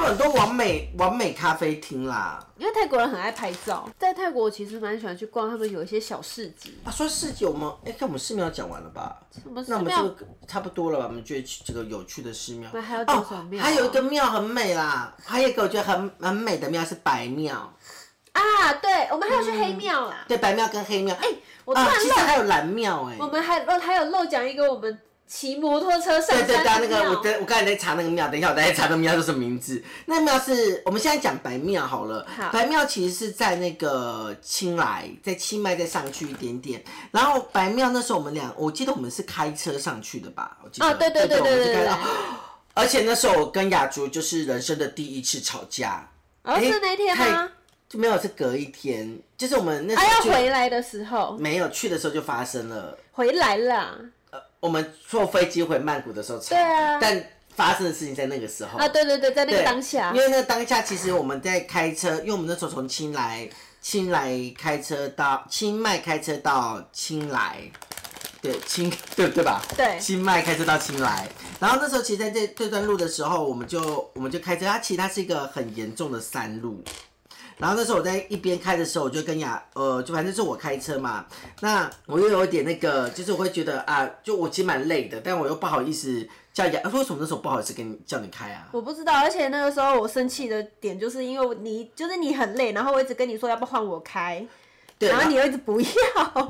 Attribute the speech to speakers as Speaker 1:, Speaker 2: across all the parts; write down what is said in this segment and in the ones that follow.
Speaker 1: 很多完美完美咖啡厅啦。
Speaker 2: 因为泰国人很爱拍照，在泰国我其实蛮喜欢去逛他们有一些小市集，
Speaker 1: 啊，说市集我们哎，看我们寺庙讲完了吧？
Speaker 2: 什么寺
Speaker 1: 那我们
Speaker 2: 庙
Speaker 1: 这个差不多了吧？我们就去这个有趣的寺庙。
Speaker 2: 那还要
Speaker 1: 哦
Speaker 2: 讲什么庙啊
Speaker 1: 还有一个庙很美啦，还有一个我觉得很很美的庙是白庙，
Speaker 2: 啊，对，我们还要去黑庙啦。
Speaker 1: 对，白庙跟黑庙。哎、
Speaker 2: 我突
Speaker 1: 啊
Speaker 2: 然，
Speaker 1: 其实还
Speaker 2: 漏，
Speaker 1: 有蓝庙哎、
Speaker 2: 我们还漏还有漏讲一个我们骑摩托车上
Speaker 1: 对对对，
Speaker 2: 山
Speaker 1: 那
Speaker 2: 的
Speaker 1: 个我
Speaker 2: 庙，
Speaker 1: 在我刚才在查那个庙，等一下我再查那个庙叫什么名字。那庙是我们现在讲白庙好了，
Speaker 2: 好
Speaker 1: 白庙其实是在那个青来，在清迈再上去一点点。然后白庙那时候我们俩，我记得我们是开车上去的吧？我记得。
Speaker 2: 啊，对对对
Speaker 1: 我
Speaker 2: 对
Speaker 1: 们是
Speaker 2: 对
Speaker 1: 开
Speaker 2: 对，
Speaker 1: 哦 而且那时候我跟雅竹就是人生的第一次吵架，
Speaker 2: 哦，
Speaker 1: 诶
Speaker 2: 是那天吗？
Speaker 1: 就没有是隔一天，就是我们那
Speaker 2: 啊，要
Speaker 1: 时候就、
Speaker 2: 回来的时候，
Speaker 1: 没有去的时候就发生了。
Speaker 2: 回来啦。
Speaker 1: 我们坐飞机回曼谷的时候吵，
Speaker 2: 对啊
Speaker 1: 但发生的事情在那个时候
Speaker 2: 啊，对对对，在那个
Speaker 1: 对
Speaker 2: 当下
Speaker 1: 因，为那个当下其实我们在开车，因为我们那时候从清莱清莱开车到清迈开车到清莱，对清对对吧？
Speaker 2: 对
Speaker 1: 清迈开车到清莱，然后那时候其实在这这段路的时候，我们就我们就开车，它其实它是一个很严重的山路。然后那时候我在一边开的时候，我就跟雅，呃，就反正是我开车嘛，那我又有一点那个，就是我会觉得啊，就我其实蛮累的，但我又不好意思叫雅，啊为什么那时候不好意思跟你叫你开啊？
Speaker 2: 我不知道，而且那个时候我生气的点就是因为我你就是你很累，然后我一直跟你说要不要换我开，
Speaker 1: 对，
Speaker 2: 然后你又一直不要，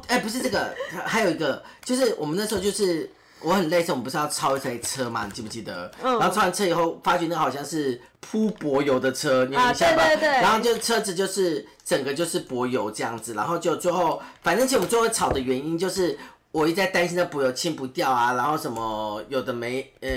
Speaker 1: 哎、不是这个，还还有一个，就是我们那时候就是我很累的时候，我们不是要超一台车嘛？你记不记得？
Speaker 2: 嗯
Speaker 1: 然后超完车以后，发觉那好像是铺柏油的车，你有
Speaker 2: 啊
Speaker 1: 印象吧？
Speaker 2: 对对对
Speaker 1: 然后就车子就是整个就是柏油这样子，然后就最后，反正其实我们最后吵的原因就是。我一直在担心那柏油清不掉啊，然后什么有的没，呃，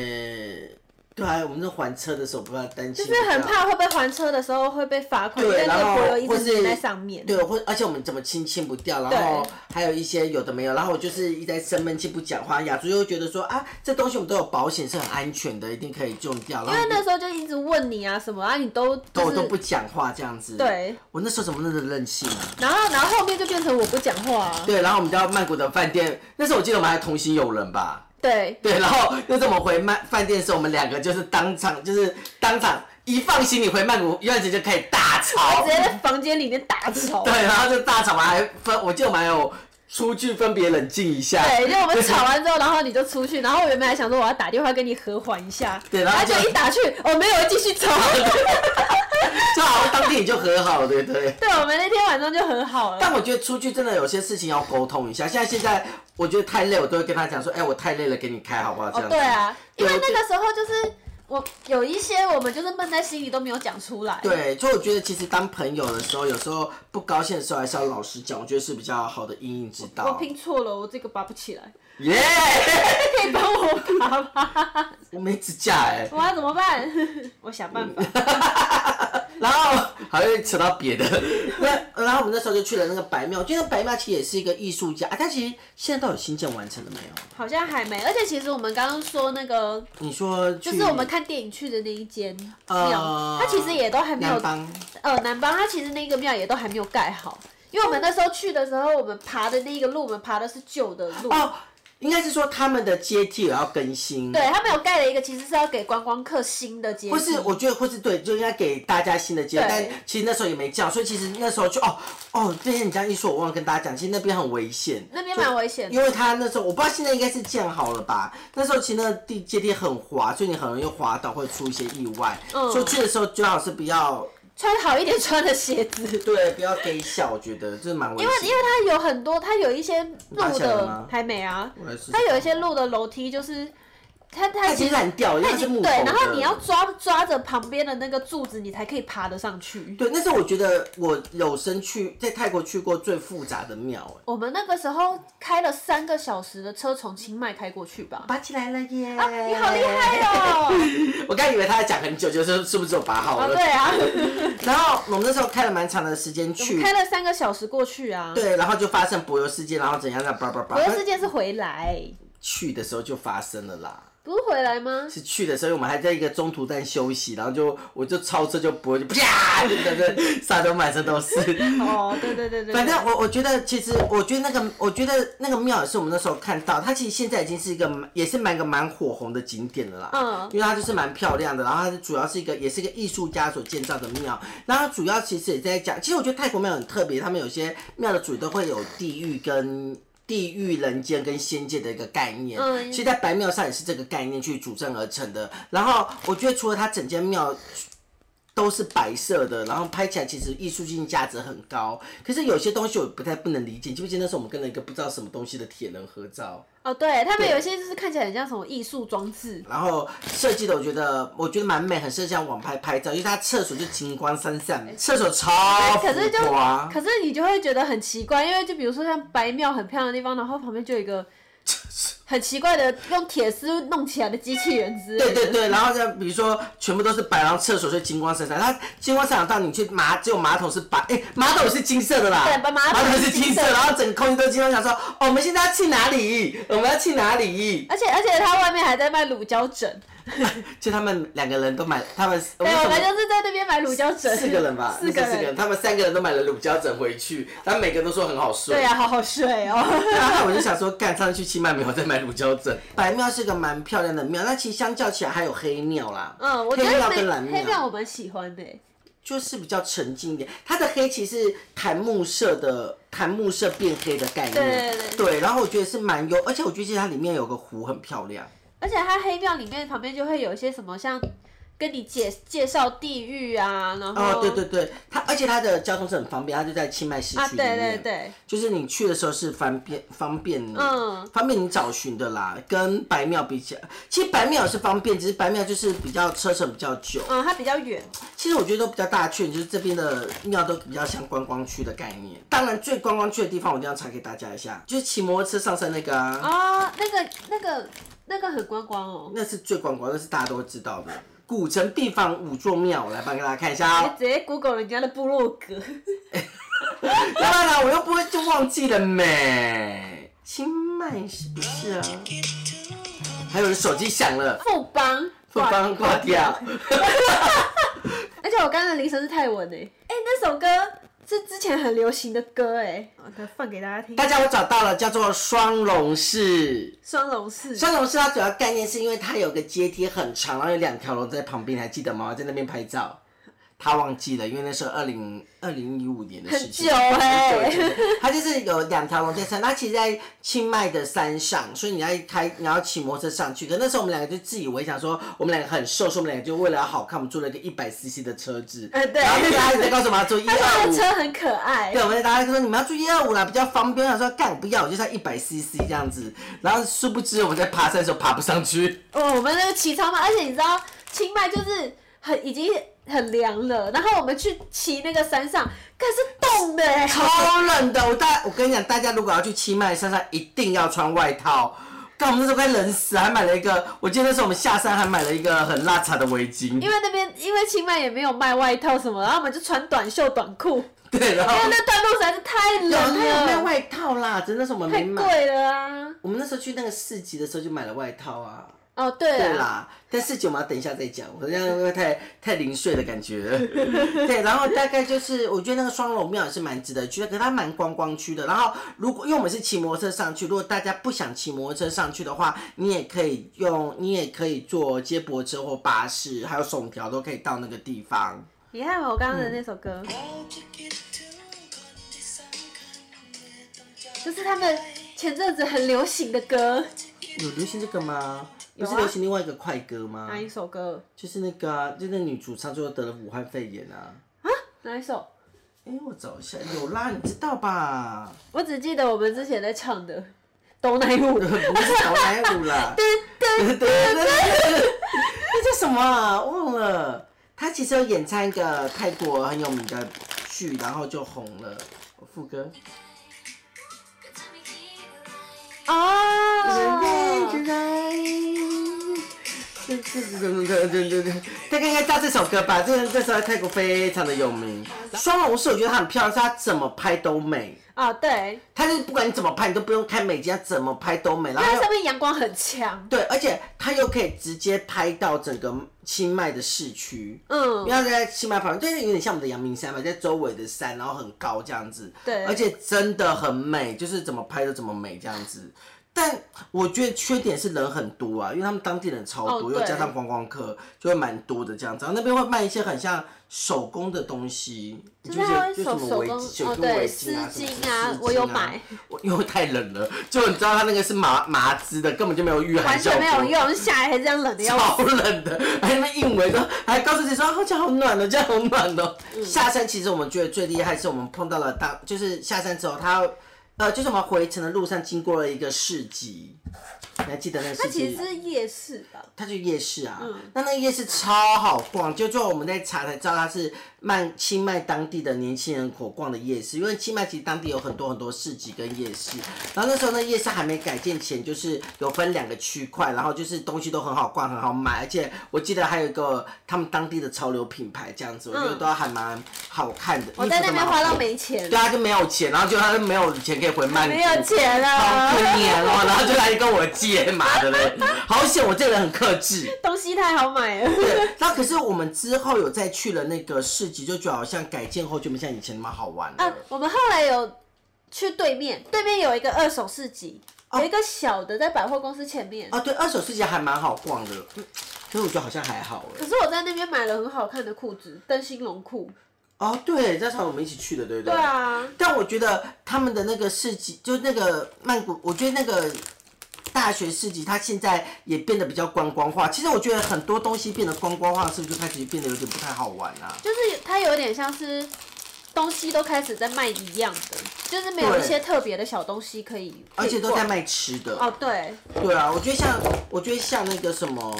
Speaker 1: 对啊，我们那还车的时候不知道担心
Speaker 2: 就
Speaker 1: 不掉，
Speaker 2: 是很怕会被还车的时候会被罚款，因
Speaker 1: 对，
Speaker 2: 为那
Speaker 1: 然
Speaker 2: 个
Speaker 1: 后
Speaker 2: 柏油一
Speaker 1: 或
Speaker 2: 直
Speaker 1: 是
Speaker 2: 粘在上面。
Speaker 1: 对，或而且我们怎么清清不掉，然后还有一些有的没有，然后我就是一直在生闷气不讲话，雅竹又觉得说啊，这东西我们都有保险，是很安全的，一定可以用掉，然
Speaker 2: 因为
Speaker 1: 后
Speaker 2: 那时候就一直问你啊什么啊，你都
Speaker 1: 都
Speaker 2: 就
Speaker 1: 我
Speaker 2: 是
Speaker 1: 都不讲话这样子。，
Speaker 2: 对，
Speaker 1: 我那时候怎么那么任性啊？
Speaker 2: 然后然后后面就变成我不讲话、啊，
Speaker 1: 对，然后我们到曼谷的饭店，那时候我记得我们还同行友人吧。
Speaker 2: 对，
Speaker 1: 对，然后那时候我们回曼饭店的时候，我们两个就是当场就是当场一放行李回曼谷，一段时间就开始大吵
Speaker 2: 直，接在房间里面打吵，啊
Speaker 1: 对，然后就大吵完还分，我记得我们还有出去分别冷静一下。
Speaker 2: 对，就我们吵完之后，然后你就出去，然后我原本还想说我要打电话跟你和缓一下，
Speaker 1: 对然后
Speaker 2: 就
Speaker 1: 就
Speaker 2: 一打去，我、没有继 续吵，
Speaker 1: 就好像当天你就和好了，对不对？
Speaker 2: 对，我们那天晚上就很好了，
Speaker 1: 但我觉得出去真的有些事情要沟通一下。像现在我觉得太累，我都会跟他讲说，哎、我太累了，给你开好不好？这
Speaker 2: 哦
Speaker 1: 样，子。
Speaker 2: 对啊，因
Speaker 1: 对
Speaker 2: 为
Speaker 1: 我
Speaker 2: 那个时候就是我有一些我们就是闷在心里都没有讲出来，
Speaker 1: 对，所以我觉得其实当朋友的时候，有时候不高兴的时候还是要老实讲，我觉得是比较好的阴影之
Speaker 2: 我
Speaker 1: 道。
Speaker 2: 拼错了，我这个拔不起来，
Speaker 1: 耶
Speaker 2: 可以帮我拔吗？
Speaker 1: 我没指甲哎、
Speaker 2: 我要怎么办？ 我想办法。
Speaker 1: 然后好像扯到 别的。那然后我们那时候就去了那个白庙，我觉得白庙其实也是一个艺术家啊。它其实现在到底新建完成了没有？
Speaker 2: 好像还没，而且其实我们刚刚说那个，
Speaker 1: 你说就
Speaker 2: 就
Speaker 1: 是
Speaker 2: 我们看电影去的那一间庙，
Speaker 1: 呃
Speaker 2: 它其实也都还没有
Speaker 1: 南，方
Speaker 2: 呃，南邦它其实那个庙也都还没有盖好，因为我们那时候去的时候，我们爬的那个路，我们爬的是旧的路，
Speaker 1: 哦，应该是说他们的阶梯也要更新。
Speaker 2: 对，他们有盖了一个，其实是要给观光客新的阶梯，
Speaker 1: 或是我觉得，或是对，就应该给大家新的阶
Speaker 2: 对
Speaker 1: 段。但其实那时候也没叫，所以其实那时候就哦哦，这些你这样一说，我忘了跟大家讲，其实那边很危险。
Speaker 2: 那边蛮危险的，
Speaker 1: 因为他那时候我不知道现在应该是建好了吧？那时候其实那个地阶梯很滑，所以你很容易滑倒，会出一些意外。
Speaker 2: 嗯
Speaker 1: 所以去的时候最好是不要
Speaker 2: 穿好一点穿的鞋子，
Speaker 1: 对，不要给笑，我觉得这蛮危
Speaker 2: 因为因
Speaker 1: 险
Speaker 2: 为。它有很多，它有一些
Speaker 1: 爬
Speaker 2: 路
Speaker 1: 起来了吗
Speaker 2: 的还没啊，
Speaker 1: 我来试试
Speaker 2: 它有一些路的楼梯就是。它它
Speaker 1: 它已
Speaker 2: 其
Speaker 1: 经
Speaker 2: 实
Speaker 1: 哎烂掉了，因
Speaker 2: 它
Speaker 1: 为
Speaker 2: 已
Speaker 1: 是
Speaker 2: 经
Speaker 1: 木头
Speaker 2: 对，
Speaker 1: 的。
Speaker 2: 然后你要抓抓着旁边的那个柱子，你才可以爬得上去。
Speaker 1: 对，那是我觉得我有生去在泰国去过最复杂的庙、哎
Speaker 2: 我们那个时候开了三个小时的车从清迈开过去吧，
Speaker 1: 拔起来了耶！
Speaker 2: 啊你好厉！害 哦！
Speaker 1: 我刚以为他在讲很久，就是是不是有拔好
Speaker 2: 啊，
Speaker 1: 了？
Speaker 2: 对啊，
Speaker 1: 然后我们那时候开了蛮长的时间去
Speaker 2: 开，了三个小时过去啊。
Speaker 1: 对，然后就发生柏油事件，然后怎样的叭叭叭
Speaker 2: 我，的事件是回来，
Speaker 1: 去的时候就发生了啦。
Speaker 2: 不是回来吗？
Speaker 1: 是去的时候，我们还在一个中途站休息，然后就我就超车就不会就啪，就整个撒得满身都是。
Speaker 2: 哦，对对对对，
Speaker 1: 反正我我觉得，其实我觉得那个，我觉得那个庙也是我们那时候看到，它其实现在已经是一个蛮也是蛮个蛮火红的景点了啦。
Speaker 2: 嗯
Speaker 1: 因为它就是蛮漂亮的，然后它主要是一个也是一个艺术家所建造的庙，然后主要其实也在讲，其实我觉得泰国庙很特别，他们有些庙的主都会有地狱跟。地狱、人间跟仙界的一个概念，
Speaker 2: 嗯
Speaker 1: 其实，在白庙上也是这个概念去组成而成的。然后，我觉得除了它整间庙都是白色的，然后拍起来其实艺术性价值很高。可是有些东西我不太不能理解，你记不记得那时候我们跟了一个不知道什么东西的铁人合照？
Speaker 2: 哦，对他们有一些就是看起来很像什么艺术装置，
Speaker 1: 然后设计的我觉得我觉得蛮美，很适合像网拍拍照，因为它厕所就金光闪闪，厕所超浮
Speaker 2: 可 是就
Speaker 1: 夸，
Speaker 2: 可是你就会觉得很奇怪，因为就比如说像白庙很漂亮的地方，然后旁边就有一 个很奇怪的用铁丝弄起来的机器人之类
Speaker 1: 对
Speaker 2: 的。
Speaker 1: 对对，然后再比如说全部都是白，然后厕所是金光闪闪，它金光闪闪到你去马只有马桶是白，哎，马桶是金色的啦，
Speaker 2: 对马
Speaker 1: 马
Speaker 2: 桶
Speaker 1: 桶
Speaker 2: 是
Speaker 1: 是
Speaker 2: 金
Speaker 1: 金色，
Speaker 2: 色的
Speaker 1: 然后整个空间都金光，想说、哦、我们现在要去哪里？我们要去哪里？
Speaker 2: 而且而且它外面还在卖乳胶枕，
Speaker 1: 就他们两个人都买，他们
Speaker 2: 对，我
Speaker 1: 怎么
Speaker 2: 们就是在那边买乳胶枕，
Speaker 1: 四个人吧，
Speaker 2: 四个
Speaker 1: 那时候四个人，
Speaker 2: 人，
Speaker 1: 他们三个人都买了乳胶枕回去，他们每个人都说很好睡。
Speaker 2: 对啊，好好睡哦。
Speaker 1: 然 后我就想说，干上去清迈没有再买乳胶枕。白庙是个蛮漂亮的庙，那其实相较起来还有黑庙啦。
Speaker 2: 嗯，我觉
Speaker 1: 黑
Speaker 2: 得
Speaker 1: 庙跟蓝
Speaker 2: 黑黑
Speaker 1: 庙
Speaker 2: 庙我蛮喜欢的欸，
Speaker 1: 就是比较沉静一点，它的黑其实是檀木色的檀木色变黑的概念。
Speaker 2: 对对对
Speaker 1: 然后我觉得是蛮优，而且我觉得其实它里面有个湖很漂亮。
Speaker 2: 而且它黑庙里面旁边就会有一些什么像跟你介介绍地狱啊，然
Speaker 1: 哦，
Speaker 2: 后
Speaker 1: 对对对，它而且它的交通是很方便，它就在清迈市
Speaker 2: 啊，
Speaker 1: 区里
Speaker 2: 对
Speaker 1: 面。
Speaker 2: 对对，
Speaker 1: 就是你去的时候是方便方便你，
Speaker 2: 嗯
Speaker 1: 方便你找寻的啦，跟白庙比起来，其实白庙也是方便，只是白庙就是比较车程比较久。
Speaker 2: 嗯，它比较远，
Speaker 1: 其实我觉得都比较大圈，就是这边的庙都比较像观光区的概念。当然，最观光区的地方我一定要查给大家一下，就是骑摩托车上山那个、啊，
Speaker 2: 哦，那个那个那个很观光哦，
Speaker 1: 那是最观光，那是大家都会知道的。古城地方五座庙，我来帮大家看一下
Speaker 2: 你
Speaker 1: 啊、
Speaker 2: 直接 Google 人家的部落格，
Speaker 1: 要不然我又不会就忘记了没。清迈是不是啊？还有人手机响了。
Speaker 2: 富邦，
Speaker 1: 不帮挂掉。
Speaker 2: 而且我刚刚的铃声是泰文诶，哎、那首歌是之前很流行的歌诶，我再哦放给大家听。
Speaker 1: 大家我找到了，叫做双龙寺。
Speaker 2: 双龙寺，
Speaker 1: 双龙寺它主要概念是因为它有个阶梯很长，然后有两条龙在旁边，还记得吗？在那边拍照。他忘记了，因为那是二零二零一五年的事情，
Speaker 2: 很久欸
Speaker 1: 很久很久它就是有两条龙在山，它其实在清迈的山上，所以你要开你要骑摩托车上去。可那时候我们两个就自以为想说，我们两个很瘦，所以我们两个就为了好看，我们做了一个一百 CC 的车子。
Speaker 2: 呃对
Speaker 1: 然后大家一直在告诉我们要做一
Speaker 2: 他说
Speaker 1: 二
Speaker 2: 他的
Speaker 1: 五。
Speaker 2: 车很可爱
Speaker 1: 哎对，，我们大家就说你们要注意二五啦，比较方便。我想说干我不要，我就是要一百 CC 这样子。然后殊不知我们在爬山的时候爬不上去，
Speaker 2: 哦，我们那个骑超慢，而且你知道清迈就是很已经很凉了，然后我们去骑那个山上，可是冻的诶，
Speaker 1: 超冷的。我大我跟你讲，大家如果要去清迈山上，一定要穿外套。干我们那时候快冷死，还买了一个，我记得那时候我们下山还买了一个很邋遢的围巾
Speaker 2: 因，为那边因为清迈也没有卖外套什么，然后我们就穿短袖短裤，因
Speaker 1: 对，然后
Speaker 2: 为那段路实在是太冷
Speaker 1: 有
Speaker 2: 了，
Speaker 1: 他有卖外套啦，真的是我们
Speaker 2: 太
Speaker 1: 没买。
Speaker 2: 贵了啊！
Speaker 1: 我们那时候去那个市集的时候就买了外套啊，
Speaker 2: 哦，对
Speaker 1: 对
Speaker 2: 啦，
Speaker 1: 啦，但事情我们要等一下再讲，我这样会不会太太零碎的感 觉？对，然后大概就是，我觉得那个双龙庙也是蛮值得去的，可是它蛮观光区的。然后如果因为我们是骑摩托车上去，如果大家不想骑摩托车上去的话，你也可以用，你也可以坐接驳车或巴士，还有拱桥都可以到那个地方。
Speaker 2: 你看我刚刚的那首歌，就是他们前阵子很流行的歌，
Speaker 1: 有流行这个吗？不
Speaker 2: 有啊
Speaker 1: 是
Speaker 2: 哎
Speaker 1: 流行另外一个快歌吗？
Speaker 2: 哪一首歌？
Speaker 1: 就是那个、啊，就那女主唱最后得了武汉肺炎啊。
Speaker 2: 哪一首？
Speaker 1: 哎、我找一下，有啦，你知道吧？
Speaker 2: 我只记得我们之前在唱的《哆来 舞》
Speaker 1: 不是小奶舞啦，对对对，那叫什么啊？忘了。他其实有演唱一个泰国很有名的剧，然后就红了。副歌，
Speaker 2: 哦。
Speaker 1: 对大家应该知道这首歌吧？这个这首在泰国非常的有名。双龙是我觉得它很漂亮，是它怎么拍都美。
Speaker 2: 啊，对，
Speaker 1: 它就是不管你怎么拍，你都不用看美肌，它怎么拍都美。然
Speaker 2: 因为
Speaker 1: 后
Speaker 2: 它
Speaker 1: 又
Speaker 2: 上面阳光很强，
Speaker 1: 对，而且它又可以直接拍到整个清迈的市区。因
Speaker 2: 嗯
Speaker 1: 为，它在清迈旁边，就是有点像我们的阳明山嘛，在周围的山，然后很高这样子。
Speaker 2: 对
Speaker 1: 而且真的很美，就是怎么拍都怎么美这样子。但我觉得缺点是人很多啊，因为他们当地人超多，
Speaker 2: 哦
Speaker 1: 又
Speaker 2: 对
Speaker 1: 加上观光客，就会蛮多的这样子。然后那边会卖一些很像手工的东西，
Speaker 2: 就
Speaker 1: 就是是
Speaker 2: 它会
Speaker 1: 就
Speaker 2: 手
Speaker 1: 什么
Speaker 2: 手
Speaker 1: 围
Speaker 2: 工
Speaker 1: 手
Speaker 2: 哦，
Speaker 1: 工
Speaker 2: 对，
Speaker 1: 围巾
Speaker 2: 丝
Speaker 1: 啊，什么
Speaker 2: 巾
Speaker 1: 丝
Speaker 2: 啊，我有买，，
Speaker 1: 我因为太冷了，就你知道它那个是麻麻织的，根本就没有御寒
Speaker 2: 完
Speaker 1: 效
Speaker 2: 全
Speaker 1: 果，
Speaker 2: 没有用，就下来还这样冷的要嗯死。
Speaker 1: 超冷的，还那边硬围着，还告诉自己说啊，这样好暖哦，这样好暖哦。
Speaker 2: 嗯
Speaker 1: 下山其实我们觉得最厉害是我们碰到了当，就是下山之后他，呃，就是我们回程的路上经过了一个市集，你还记得那个
Speaker 2: 它
Speaker 1: 市
Speaker 2: 其
Speaker 1: 集
Speaker 2: 实？是夜市吧？
Speaker 1: 它就夜市啊，
Speaker 2: 嗯
Speaker 1: 那那个夜市超好逛，就最后我们在查才知道它是曼清迈当地的年轻人口逛的夜市，因为清迈其实当地有很多很多市集跟夜市，然后那时候呢夜市还没改建前，就是有分两个区块，然后就是东西都很好逛，很好买，而且我记得还有一个他们当地的潮流品牌这样子，我觉得都还蛮好看的。
Speaker 2: 嗯我在那边花到
Speaker 1: 没，
Speaker 2: 没钱
Speaker 1: 对，，他啊就没有钱，然后就他就没有钱可以回曼谷，
Speaker 2: 没有啊钱
Speaker 1: 好可
Speaker 2: 了，
Speaker 1: 怜哦，然后就来跟我借嘛，对不对？好险，我这个人很克制。
Speaker 2: 东西太好买了。
Speaker 1: 对，那可是我们之后有再去了那个市集，就觉得好像改建后就没像以前那么好玩了。
Speaker 2: 啊，我们后来有去对面，对面有一个二手市集，有一个小的在百货公司前面。
Speaker 1: 啊，对，二手市集还蛮好逛的，嗯可是我觉得好像还好哎
Speaker 2: 可。是我在那边买了很好看的裤子，灯芯绒裤。
Speaker 1: 哦，对，那时候我们一起去的，对不对？
Speaker 2: 对。啊，
Speaker 1: 但我觉得他们的那个市集，就那个曼谷，我觉得那个大学市集，它现在也变得比较观光化。其实我觉得很多东西变得观光化，是不是就开始变得有点不太好玩啊？
Speaker 2: 就是它有点像是东西都开始在卖一样的，就是没有一
Speaker 1: 对
Speaker 2: 些特别的小东西可以。
Speaker 1: 而且都
Speaker 2: 可以
Speaker 1: 在
Speaker 2: 逛
Speaker 1: 卖吃的。
Speaker 2: 哦，对，
Speaker 1: 对啊，我觉得像，我觉得像那个什么，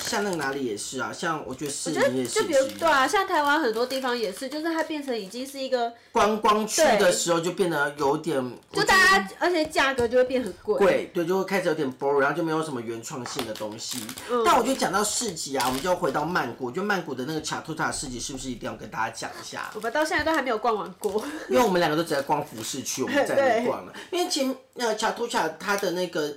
Speaker 1: 像那个哪里也是啊，像我觉得士
Speaker 2: 我觉
Speaker 1: 林
Speaker 2: 得
Speaker 1: 也是
Speaker 2: 就比如对啊，像台湾很多地方也是，就是它变成已经是一个，
Speaker 1: 观光区
Speaker 2: 对
Speaker 1: 的时候就变得有点，
Speaker 2: 就大家而且价格就会变很贵。
Speaker 1: 对对，就会开始有点 boring，然后就没有什么原创性的东西。
Speaker 2: 嗯
Speaker 1: 但我就讲到市集啊，我们就要回到曼谷，就曼谷的那个卡图塔市集是不是一定要跟大家讲一下？
Speaker 2: 我们到现在都还没有逛完过。
Speaker 1: 因为我们两个都只在逛服饰区，我们在那里逛了。因为其实呃，卡图卡它的那个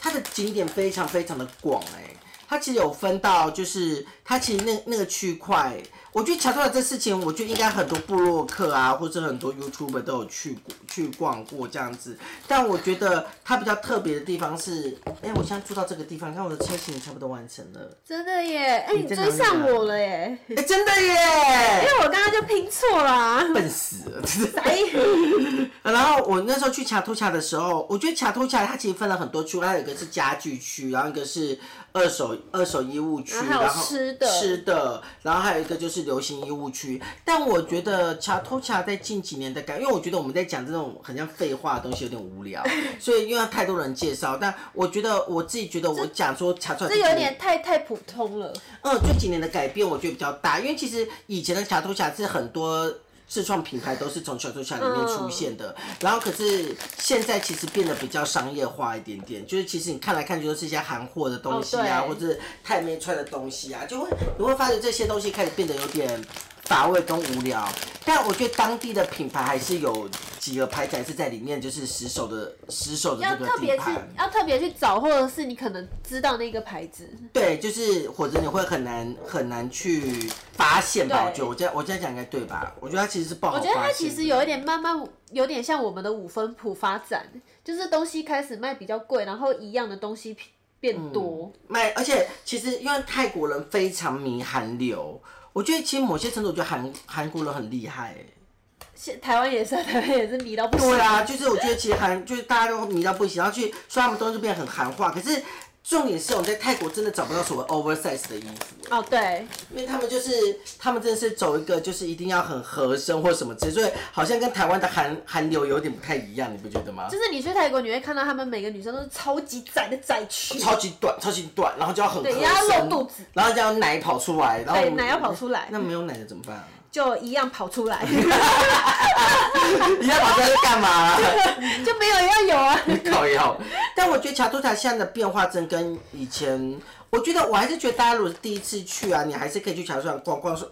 Speaker 1: 它的景点非常非常的广哎、它其实有分到就是它其实那那个区块，我觉得卡图卡这事情，我觉得应该很多部落客啊，或者很多 YouTuber 都有去过去逛过这样子。但我觉得它比较特别的地方是，哎、我现在住到这个地方，你看我的车型也差不多完成了，
Speaker 2: 真的耶，哎、你
Speaker 1: 在
Speaker 2: 追
Speaker 1: 哪里
Speaker 2: 上
Speaker 1: 啊
Speaker 2: 我了耶！
Speaker 1: 哎、真的
Speaker 2: 因
Speaker 1: 耶，
Speaker 2: 为我刚刚就拼错啊啦。
Speaker 1: 笨死了。
Speaker 2: 哎，
Speaker 1: 然后我那时候去卡图卡的时候，我觉得卡图卡它其实分了很多区，它有一个是家具区，然后一个是二手二手衣物区，
Speaker 2: 然后嗯还有
Speaker 1: 然后
Speaker 2: 吃的
Speaker 1: 吃的，然后还有一个就是流行衣物区。但我觉得卡图卡在近几年的改，因为我觉得我们在讲这种很像废话的东西有点无 聊，所以因为太多人介绍，但我觉得我自己觉得我讲说卡图卡
Speaker 2: 这有点太太普通了。
Speaker 1: 嗯，这几年的改变我觉得比较大，因为其实以前的卡图卡是很多自创品牌都是从小图卡里面
Speaker 2: 嗯
Speaker 1: 出现的，然后可是现在其实变得比较商业化一点点，就是其实你看来看去都是一些韩货的东西啊，
Speaker 2: 哦对
Speaker 1: 或者是太妹穿的东西啊，就会你会发觉这些东西开始变得有点。乏味跟无聊，但我觉得当地的品牌还是有几个牌子还是在里面，就是十手的十手的
Speaker 2: 要
Speaker 1: 这个
Speaker 2: 特
Speaker 1: 地
Speaker 2: 别去
Speaker 1: 盘。
Speaker 2: 要特别去找，或者是你可能知道那个牌子，
Speaker 1: 对，就是或者你会很难很难去发现吧？
Speaker 2: 对
Speaker 1: 我觉得我这样我这样讲应该对吧？我觉得它其实是不好
Speaker 2: 我
Speaker 1: 哦发
Speaker 2: 觉
Speaker 1: 现
Speaker 2: 得
Speaker 1: 的。
Speaker 2: 它其实有一点慢慢有点像我们的五分谱发展，就是东西开始卖比较贵，然后一样的东西
Speaker 1: 嗯
Speaker 2: 变多。
Speaker 1: 卖，而且其实因为泰国人非常迷韩流，我觉得其实某些程度，我觉得韩韩国人很厉害、欸。
Speaker 2: 现、台湾也是 啊，台湾也是迷到不行。
Speaker 1: 对啊，就是我觉得其实韩就是大家都迷到不行，然后去说他们东西变得很韩化，可是。重点是我们在泰国真的找不到所谓 oversize 的衣服，
Speaker 2: 哦，对，
Speaker 1: 因为他们就是他们真的是走一个就是一定要很合身或什么之类，所以好像跟台湾的韩韩流有点不太一样，你不觉得吗？
Speaker 2: 就是你去泰国，你会看到他们每个女生都是超级窄的窄裙，
Speaker 1: 超级短，超级短，然后就要很
Speaker 2: 对
Speaker 1: 合
Speaker 2: 然后要
Speaker 1: 身
Speaker 2: 露肚子，
Speaker 1: 然后就要奶跑出来，然后
Speaker 2: 对
Speaker 1: 我们
Speaker 2: 奶要跑出来
Speaker 1: 那没有奶的怎么办啊？
Speaker 2: 就一样跑出 来，
Speaker 1: 你要跑出来干嘛？
Speaker 2: 就没有要有啊。
Speaker 1: 烤腰有。但我觉得卡图塔现在的变化真跟以前，我觉得我还是觉得大家如果是第一次去啊，你还是可以去卡图塔逛逛，说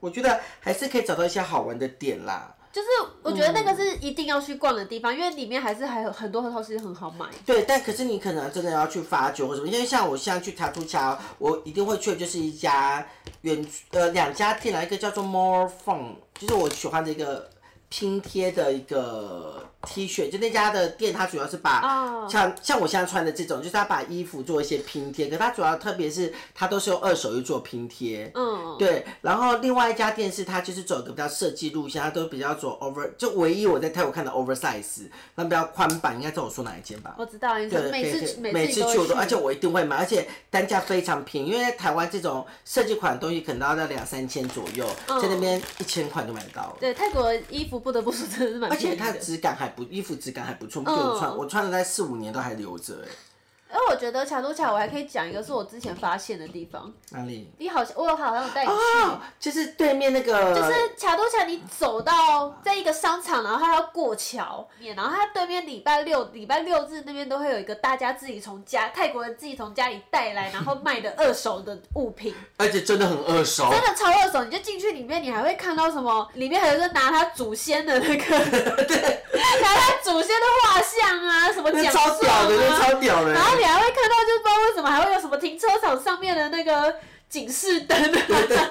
Speaker 1: 我觉得还是可以找到一些好玩的点啦。
Speaker 2: 就是我觉得那个是一定要去逛的地方，因为里面还是还有很多东西很好买。
Speaker 1: 对，但可是你可能真的要去发掘或什么，因为像我现在去塔图卡，我一定会去的就是一家园区呃两家店啦，一个叫做 More Fun，就是我喜欢的一个拼贴的一个 T 恤，就那家的店它主要是把、
Speaker 2: 哦
Speaker 1: 像像我现在穿的这种，就是它把衣服做一些拼贴，可它主要特别是它都是用二手去做拼贴。
Speaker 2: 嗯，
Speaker 1: 对，然后另外一家店是它就是走一个比较设计路线，它都比较走 over，就唯一我在泰国看到 oversize，那比较宽版，应该知道我说哪一间吧？
Speaker 2: 我知道，你说
Speaker 1: 对，
Speaker 2: 每
Speaker 1: 可以
Speaker 2: 次
Speaker 1: 可以
Speaker 2: 每
Speaker 1: 每
Speaker 2: 次
Speaker 1: 次
Speaker 2: 你
Speaker 1: 去我
Speaker 2: 都会去，
Speaker 1: 都，而且我一定会买，而且单价非常便宜，因为在台湾这种设计款的东西可能要在两三千左右，
Speaker 2: 嗯
Speaker 1: 在那边一千块就买得到了。
Speaker 2: 对泰国的衣服不得不说真的是蛮
Speaker 1: 而且
Speaker 2: 便宜的，
Speaker 1: 它质感还不，衣服质感还不错，不给我穿，
Speaker 2: 嗯
Speaker 1: 我穿了在四五年都还留着哎、
Speaker 2: 而我觉得卡都卡，我还可以讲一个是我之前发现的地方。
Speaker 1: 哪里？
Speaker 2: 你好像我有好像有带你去，
Speaker 1: 哦，就是对面那个，
Speaker 2: 就是卡都卡，你走到在一个商场，然后它要过桥，然后它对面礼拜六礼拜六日那边都会有一个大家自己从家泰国人自己从家里带来然后卖的二手的物品，
Speaker 1: 而且真的很二手
Speaker 2: 真的超二手，你就进去里面，你还会看到什么？里面还有一个拿他祖先的那个， 拿他祖先的画像啊，什么
Speaker 1: 那
Speaker 2: 奖
Speaker 1: 超
Speaker 2: 状
Speaker 1: 屌的，那
Speaker 2: 啊，
Speaker 1: 超屌的
Speaker 2: 然。后你还会看到，就是不知道为什么还会有什么停车场上面的那个警示灯啊，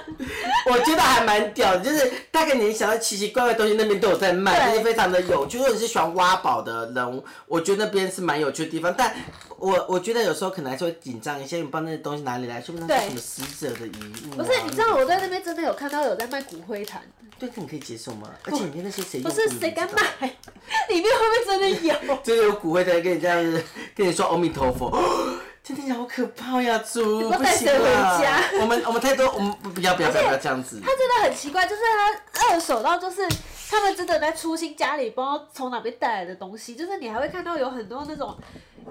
Speaker 1: 我觉得还蛮屌的，就是大概你想到奇奇怪怪的东西，那边都有在卖，
Speaker 2: 对
Speaker 1: 就是非常的有趣。如果你是喜欢挖宝的人，我觉得那边是蛮有趣的地方。但我我觉得有时候可能还是会紧张一下，因为你不知道那些东西哪里来，说不定它是
Speaker 2: 对
Speaker 1: 什么死者的遗物、啊
Speaker 2: 不是，你知道我在那边真的有看到有在卖骨灰坛，
Speaker 1: 对，这你可以接受吗？而且里面那些谁
Speaker 2: 不
Speaker 1: 用
Speaker 2: 是
Speaker 1: 过你
Speaker 2: 谁
Speaker 1: 不
Speaker 2: 敢
Speaker 1: 知道？
Speaker 2: 买？ 里面会不会真的有？
Speaker 1: 就是有骨灰坛跟你这样子跟你说阿弥陀佛，真的好可怕呀，猪！
Speaker 2: 要
Speaker 1: 不
Speaker 2: 带
Speaker 1: 行
Speaker 2: 谁回
Speaker 1: 啊
Speaker 2: 家
Speaker 1: 我们我们太多，我们不不要不要不要不要这样子。
Speaker 2: 他真的很奇怪，就是他二手到就是他们真的在粗心家里不知道从哪边带来的东西，就是你还会看到有很多那种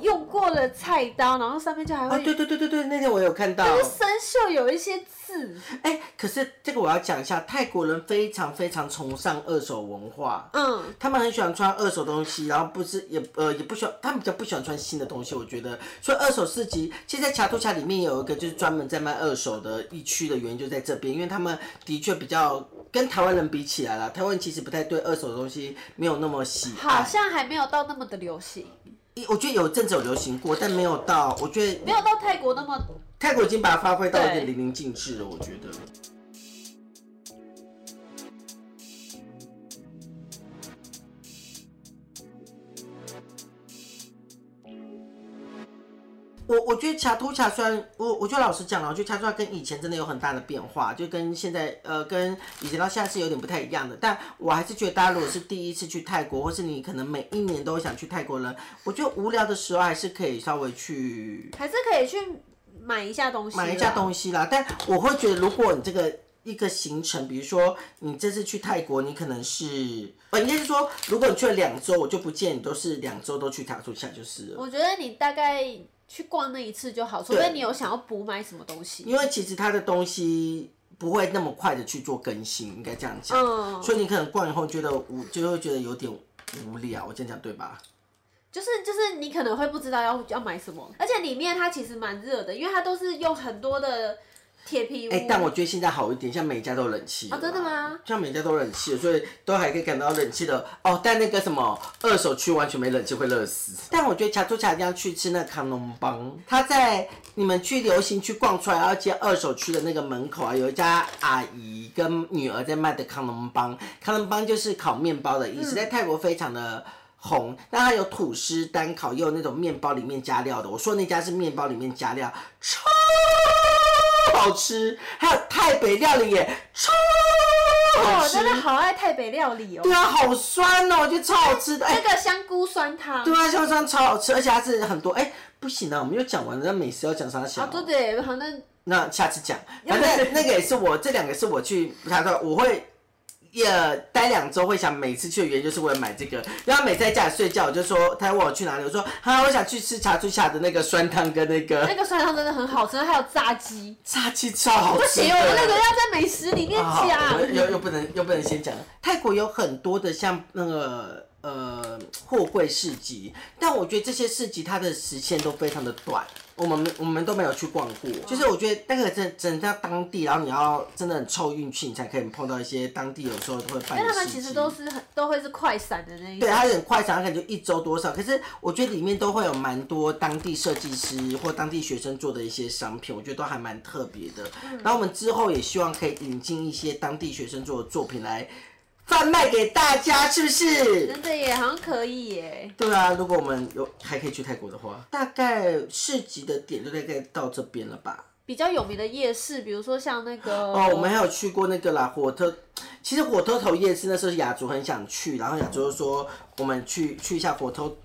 Speaker 2: 用过的菜刀，然后上面就 还
Speaker 1: 啊，
Speaker 2: 会
Speaker 1: 对对对对对，那天我有看到。
Speaker 2: 就是生锈有一些字，
Speaker 1: 哎、可是这个我要讲一下，泰国人非常非常崇尚二手文化，
Speaker 2: 嗯，
Speaker 1: 他们很喜欢穿二手东西，然后不是也呃也不喜欢，他们比较不喜欢穿新的东西，我觉得。所以二手市集，现在卡图卡里面有一个就是专门在卖二手的一区的原因就在这边，因为他们的确比较跟台湾人比起来啦，台湾人其实不太对二手的东西没有那么喜
Speaker 2: 好
Speaker 1: 爱。
Speaker 2: 像还没有到那么的流行，
Speaker 1: 一我觉得有阵子有流行过，但没有到，我觉得
Speaker 2: 没有到泰国那么
Speaker 1: 泰国已经把它发挥到有点
Speaker 2: 对
Speaker 1: 淋漓尽致了，我觉得。我我觉得卡图卡虽然我我觉得老实讲啊，我觉得卡图卡跟以前真的有很大的变化，就跟现在呃跟以前到现在是有点不太一样的。但我还是觉得大家如果是第一次去泰国，或是你可能每一年都想去泰国人，我觉得无聊的时候还是可以稍微去
Speaker 2: 还是可以去买一下东西啦，
Speaker 1: 买一下东西啦。但我会觉得，如果你这个一个行程，比如说你这次去泰国，你可能是呃，应该是说，如果你去了两周，我就不建议你都是两周都去塔图下就是了。
Speaker 2: 我觉得你大概去逛那一次就好，除
Speaker 1: 对
Speaker 2: 非你有想要补买什么东西，
Speaker 1: 因为其实它的东西不会那么快的去做更新，应该这样讲。
Speaker 2: 嗯，
Speaker 1: 所以你可能逛以后觉得无，就会觉得有点无聊，我这样讲对吧？
Speaker 2: 就是就是你可能会不知道要要买什么，而且里面它其实蛮热的，因为它都是用很多的铁皮屋。
Speaker 1: 哎、但我觉得现在好一点，像每一家都有冷气了
Speaker 2: 啊真的吗？
Speaker 1: 像每一家都有冷气了，所以都还可以感到冷气的哦。但那个什么二手区完全没冷气，会热死。但我觉得卡图卡一定要去吃那个康隆邦，他在你们去流行区逛出来，而且二手区的那个门口啊，有一家阿姨跟女儿在卖的康隆邦。康隆邦就是烤面包的意
Speaker 2: 嗯
Speaker 1: 思，在泰国非常的。红，但它有吐司单烤，也有那种面包里面加料的。我说那家是面包里面加料，超好吃。还有泰北料理也超
Speaker 2: 哦，
Speaker 1: 好
Speaker 2: 我
Speaker 1: 吃，
Speaker 2: 真的好爱泰北料理哦
Speaker 1: 对，啊，好酸哦，我觉得超好吃的。哎、
Speaker 2: 那个香菇酸汤，
Speaker 1: 对啊，香酸超好吃，而且它是很多。哎、不行啊，我们又讲完了，那美食要讲啥小？
Speaker 2: 啊对对，好像
Speaker 1: 那下次讲。反正那个也是我，这两个是我去他说我会。也、待两周会想每次去的原因就是为了买这个，然后每次在家里睡觉，我就说他问我去哪里，我说啊我想去吃茶猪下的那个酸汤跟那个
Speaker 2: 那个酸汤真的很好吃，还有炸鸡。
Speaker 1: 炸鸡超好
Speaker 2: 不
Speaker 1: 吃的。
Speaker 2: 行，我那个要在美食里面
Speaker 1: 啊好
Speaker 2: 讲
Speaker 1: 我。又又不能又不能先讲了。泰国有很多的像那个呃货柜市集，但我觉得这些市集它的时限都非常的短，我们我们都没有去逛过。就是我觉得那个真真的在当地，然后你要真的很凑运气，你才可以碰到一些当地有时候会办
Speaker 2: 因
Speaker 1: 的
Speaker 2: 为他
Speaker 1: 市
Speaker 2: 们
Speaker 1: 集。
Speaker 2: 其实都是很都会是快闪的那一
Speaker 1: 对，
Speaker 2: 种，
Speaker 1: 它有点快闪，它可能就一周多少。可是我觉得里面都会有蛮多当地设计师或当地学生做的一些商品，我觉得都还蛮特别的。然后我们之后也希望可以引进一些当地学生做的作品来贩卖给大家，是不是？
Speaker 2: 真的耶，好像可以耶。
Speaker 1: 对啊，如果我们有还可以去泰国的话，大概市集的点就大概到这边了吧。
Speaker 2: 比较有名的夜市，比如说像那个
Speaker 1: 哦，我们还有去过那个啦，火车。其实火车头夜市那时候雅竹很想去，然后雅竹就说我们去去一下火头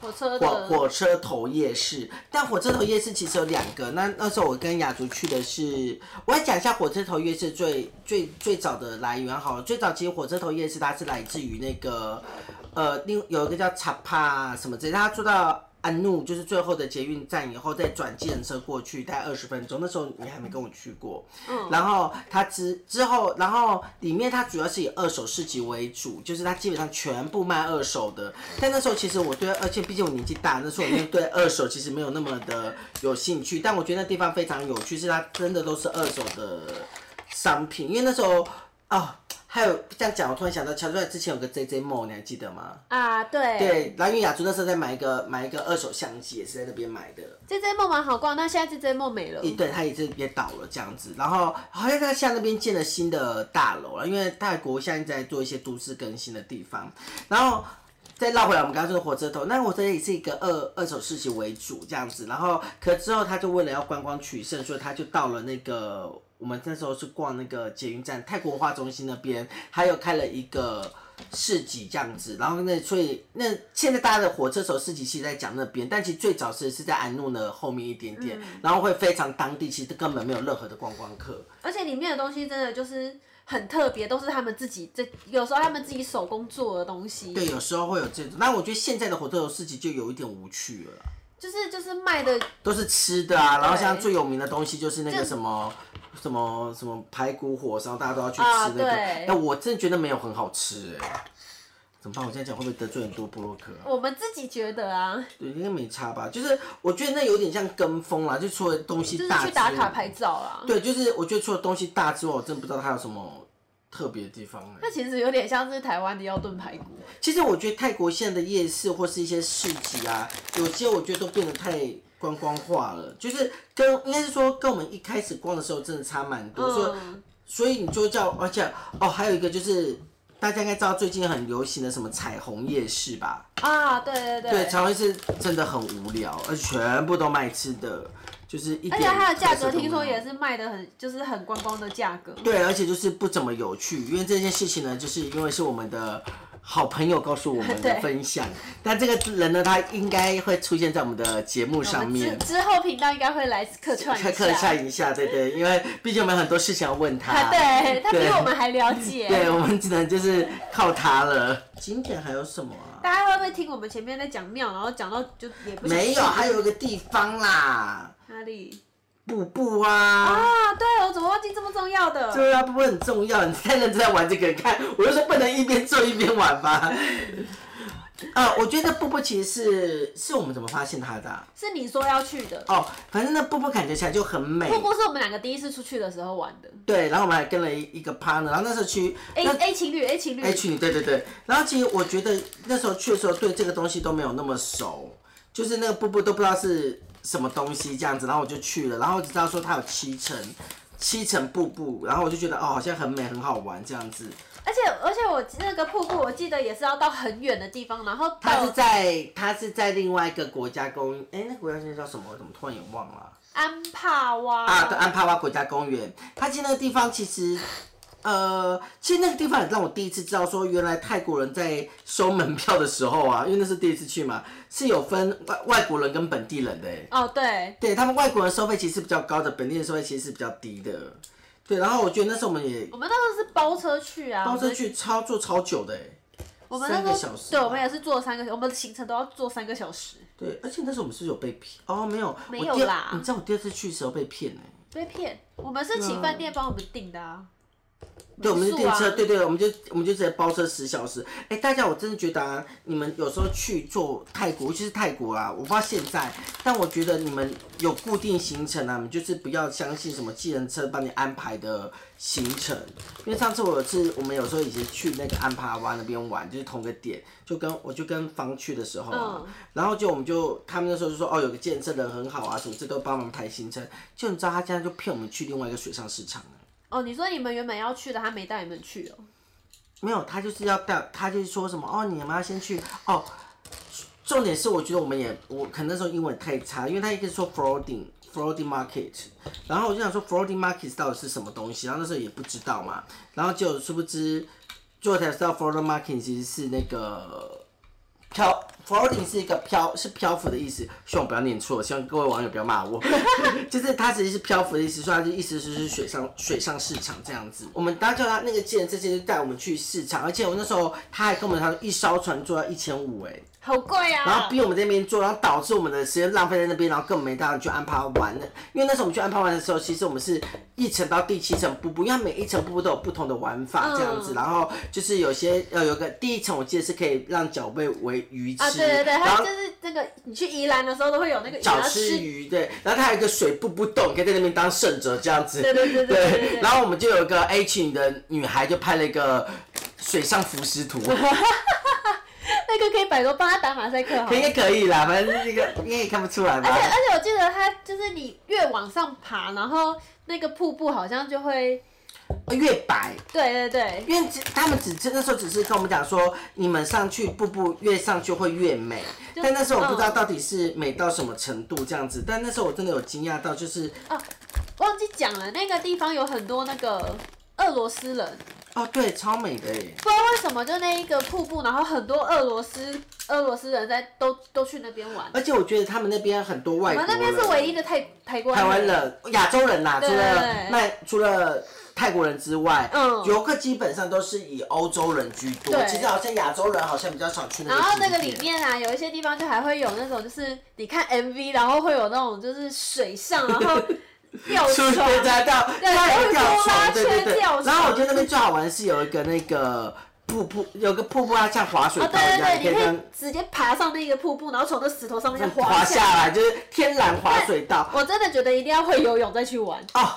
Speaker 2: 火车
Speaker 1: 火
Speaker 2: 的
Speaker 1: 火车头夜市，但火车头夜市其实有两个。那那时候我跟雅竹去的是，我来讲一下火车头夜市最最最早的来源好了。最早其实火车头夜市它是来自于那个呃，另有一个叫查帕什么之类，它做到。安怒就是最后的捷运站以后，再转计程车过去，大概二十分钟。那时候你还没跟我去过，然后它之之后，然后里面它主要是以二手市集为主，就是它基本上全部卖二手的。但那时候其实我对，而且毕竟我年纪大，那时候我对二手其实没有那么的有兴趣。但我觉得那地方非常有趣，是它真的都是二手的商品。因为那时候哦，还有这样讲，我突然想到，乔治亚之前有个 JJ Mall，你还记得吗？
Speaker 2: 啊，对
Speaker 1: 对，然后因为雅竹那时候在买一个买一个二手相机，也是在那边买的。
Speaker 2: ，J J 梦蛮好逛，那现在 J J 梦没了，
Speaker 1: 对，他也是也倒了这样子，然后好像他下那边建了新的大楼了，因为泰国现在在做一些都市更新的地方，然后。再绕回来，我们刚刚说的火车头，那火车头也是一个二二手市集为主这样子，然后可之后他就为了要观光取胜，所以他就到了那个我们那时候是逛那个捷运站泰国文化中心那边，还有开了一个市集这样子，然后那所以那现在大家的火车手市集其实在讲那边，但其实最早是是在安诺的后面一点点，然后会非常当地，其实根本没有任何的观光客。
Speaker 2: 而且里面的东西真的就是很特别，都是他们自己这有时候他们自己手工做的东西，
Speaker 1: 对，有时候会有这种，那我觉得现在的火车手市集就有一点无趣了啦。
Speaker 2: 就是就是卖的
Speaker 1: 都是吃的啊，然后
Speaker 2: 对
Speaker 1: 像最有名的东西就是那个
Speaker 2: 就
Speaker 1: 什么什么什么排骨火烧，大家都要去吃
Speaker 2: 啊
Speaker 1: 那个。
Speaker 2: 对
Speaker 1: 但我真的觉得没有很好吃哎、怎么办？我这样讲会不会得罪很多布洛克啊、
Speaker 2: 我们自己觉得啊，
Speaker 1: 对，应该没差吧？就是我觉得那有点像跟风啦，就除了东西
Speaker 2: 就是
Speaker 1: 大
Speaker 2: 去打
Speaker 1: 之
Speaker 2: 卡
Speaker 1: 外
Speaker 2: 拍照啊啦。
Speaker 1: 对，就是我觉得除了东西大之外，我真的不知道它有什么特别的地方哎、
Speaker 2: 那其实有点像是台湾的腰炖排骨，
Speaker 1: 其实我觉得泰国现在的夜市或是一些市集啊，有些我觉得都变得太观光化了，就是跟应该是说跟我们一开始逛的时候真的差蛮多，所以
Speaker 2: 嗯，
Speaker 1: 所以你就叫，而且哦，还有一个就是大家应该知道最近很流行的什么彩虹夜市吧？
Speaker 2: 啊，对对对，
Speaker 1: 对，彩虹夜市真的很无聊，而且全部都卖吃的，就是一点
Speaker 2: 而且它的价格
Speaker 1: 特色都没
Speaker 2: 听说
Speaker 1: 有
Speaker 2: 也是卖的很，就是很观光的价格。啊
Speaker 1: 对，而且就是不怎么有趣，因为这件事情呢，就是因为是我们的好朋友告诉我们的
Speaker 2: 对
Speaker 1: 分享，但这个人呢，他应该会出现在我们的节目
Speaker 2: 我
Speaker 1: 上
Speaker 2: 们
Speaker 1: 面
Speaker 2: 之，之后频道应该会来客串一
Speaker 1: 客
Speaker 2: 下，
Speaker 1: 客串一下，对对，因为毕竟我们很多事情要问他，
Speaker 2: 啊， 对他比
Speaker 1: 对
Speaker 2: 我们还了解。
Speaker 1: 对，我们只能就是靠他了。景点还有什么啊？
Speaker 2: 大家会不会听我们前面在讲庙，然后讲到就也不想
Speaker 1: 没有，
Speaker 2: 去
Speaker 1: 还有一个地方啦，
Speaker 2: 哪里
Speaker 1: 瀑布啊。
Speaker 2: 啊？对，我怎么忘记这么重要的？
Speaker 1: 对啊，瀑布很重要，你太认真在玩这个，看我就说不能一边做一边玩 吧。呃，我觉得瀑布其实是是我们怎么发现它的啊、
Speaker 2: 是你说要去的，
Speaker 1: 哦，反正那瀑布感觉起来就很美。
Speaker 2: 瀑布是我们两个第一次出去的时候玩的。
Speaker 1: 对，然后我们还跟了一一个 partner，然后那时候去
Speaker 2: A
Speaker 1: 那
Speaker 2: A 情侣，A 情侣
Speaker 1: H 女，对对对。然后其实我觉得那时候去的时候，对这个东西都没有那么熟，就是那个瀑布都不知道是什么东西这样子。然后我就去了，然后我只知道说它有七层，七层瀑布，然后我就觉得哦，好像很美，很好玩这样子。
Speaker 2: 而且而且我那个瀑布，我记得也是要到很远的地方，然后
Speaker 1: 它
Speaker 2: 到
Speaker 1: 是在它是在另外一个国家公园，哎、那国家公园叫什么？我怎么突然也忘了
Speaker 2: 安帕哇
Speaker 1: 啊？对，安帕瓦国家公园。它其实那个地方其实，呃，其实那个地方也让我第一次知道说，原来泰国人在收门票的时候啊，因为那是第一次去嘛，是有分外外国人跟本地人的、欸。
Speaker 2: 哦对，
Speaker 1: 对他们外国人收费其实是比较高的，本地人收费其实是比较低的。对，然后我觉得那时候我们也
Speaker 2: 我们那时候是包车去啊，
Speaker 1: 包
Speaker 2: 我
Speaker 1: 车
Speaker 2: 们
Speaker 1: 去超坐超久的、欸，
Speaker 2: 我们那
Speaker 1: 三
Speaker 2: 时
Speaker 1: 个
Speaker 2: 候
Speaker 1: 小时吧
Speaker 2: 对，我们也是坐三个，小我们的行程都要坐三个小时，
Speaker 1: 对，而且那时候我们是不是有被骗哦，没有，
Speaker 2: 没
Speaker 1: 我
Speaker 2: 有
Speaker 1: 第二
Speaker 2: 啦
Speaker 1: 你知道我第二次去的时候被骗哎、
Speaker 2: 被骗。我们是请饭店帮我们订的啊，
Speaker 1: 对，我们就
Speaker 2: 民宿
Speaker 1: 订
Speaker 2: 啊
Speaker 1: 车，对对，我们就我们就直接包车十小时。哎，大家，我真的觉得啊，你们有时候去做泰国，尤其是泰国啊，我不知道现在，但我觉得你们有固定行程啊，你们就是不要相信什么计程车帮你安排的行程，因为上次我有次我们有时候以前去那个安帕湾那边玩，就是同个点，就跟我就跟方去的时候啊，
Speaker 2: 嗯
Speaker 1: 然后就我们就他们那时候就说哦，有个健身人很好啊，什么这个帮忙排行程，就你知道他现在就骗我们去另外一个水上市场了。
Speaker 2: 哦，你说你们原本要去的，他没带你们去哦。
Speaker 1: 没有，他就是要带，他就是说什么哦，你们要先去哦。重点是我觉得我们也，我可能那时候英文太差，因为他一直说 floating floating market，然后我就想说 floating market 到底是什么东西，然后那时候也不知道嘛，然后就殊不知，最后才知道 floating market 其实是那个漂 floating 是一个漂是漂浮的意思，希望我不要念错，希望各位网友不要骂我， 就是它其实是漂浮的意思，说它的意思就是水上水上市场这样子。我们搭叫他那个人，这些就带我们去市场，而且我那时候他还跟我们他说一艘船坐要一千五哎，
Speaker 2: 好贵啊！
Speaker 1: 然后逼我们在那边做，然后导致我们的时间浪费在那边，然后根本没当去安排玩的。因为那时候我们去安排玩的时候，其实我们是一层到第七层瀑布，因为它每一层瀑布都有不同的玩法这样子。
Speaker 2: 嗯
Speaker 1: 然后就是有些呃有个第一层我记得是可以让脚被围鱼吃，
Speaker 2: 啊，对对对，
Speaker 1: 然
Speaker 2: 他
Speaker 1: 后
Speaker 2: 就是那个你去宜兰的时候都会有那个鱼
Speaker 1: 脚
Speaker 2: 要
Speaker 1: 吃鱼对，然后它还有一个水瀑布洞，可以在那边当圣者这样子。
Speaker 2: 对对对对对对对
Speaker 1: 然后我们就有一个 A 群的女孩就拍了一个水上浮尸 图。
Speaker 2: 那个可以百多帮他打马赛克好了。
Speaker 1: 应该可以啦，反正这个应该也看不出来吧
Speaker 2: 而。且而且我记得它就是你越往上爬，然后那个瀑布好像就会，
Speaker 1: 越白，
Speaker 2: 对对对，
Speaker 1: 因为只他们只那时候只是跟我们讲说，你们上去步步越上去会越美，
Speaker 2: 就嗯
Speaker 1: 但那时候我不知道到底是美到什么程度这样子，但那时候我真的有惊讶到，就是
Speaker 2: 忘记讲了，那个地方有很多那个俄罗斯人，
Speaker 1: 哦对，超美的耶，
Speaker 2: 不知道为什么就那一个瀑布，然后很多俄罗斯俄罗斯人在都都去那边玩，
Speaker 1: 而且我觉得他们那边很多
Speaker 2: 我
Speaker 1: 外国
Speaker 2: 们
Speaker 1: 人，
Speaker 2: 那边是唯一的泰泰国
Speaker 1: 台湾，人、哦亚洲人啦，除
Speaker 2: 对
Speaker 1: 了那除了泰国人之外，
Speaker 2: 嗯
Speaker 1: 游客基本上都是以欧洲人居多，
Speaker 2: 对
Speaker 1: 其实好像亚洲人好像比较少去那个景点。
Speaker 2: 然后那个里面啊，有一些地方就还会有那种，就是你看 MV，然后会有那种就是水上，然 后吊
Speaker 1: 出
Speaker 2: 床，
Speaker 1: 学家到
Speaker 2: 对
Speaker 1: 太
Speaker 2: 会
Speaker 1: 吊
Speaker 2: 拖
Speaker 1: 床，
Speaker 2: 拉
Speaker 1: 对
Speaker 2: 车
Speaker 1: 对对。
Speaker 2: 吊
Speaker 1: 然后我
Speaker 2: 床
Speaker 1: 觉得那边最好玩是有一个那个瀑布，有个瀑布它像滑水
Speaker 2: 哦，
Speaker 1: 道
Speaker 2: 对
Speaker 1: 一样，这
Speaker 2: 对对，你可以
Speaker 1: 样
Speaker 2: 直接爬上那个瀑布，然后从那石头上面
Speaker 1: 滑
Speaker 2: 下来。
Speaker 1: 下来，就是天然滑水道。
Speaker 2: 我真的觉得一定要会游泳再去玩。
Speaker 1: 哦，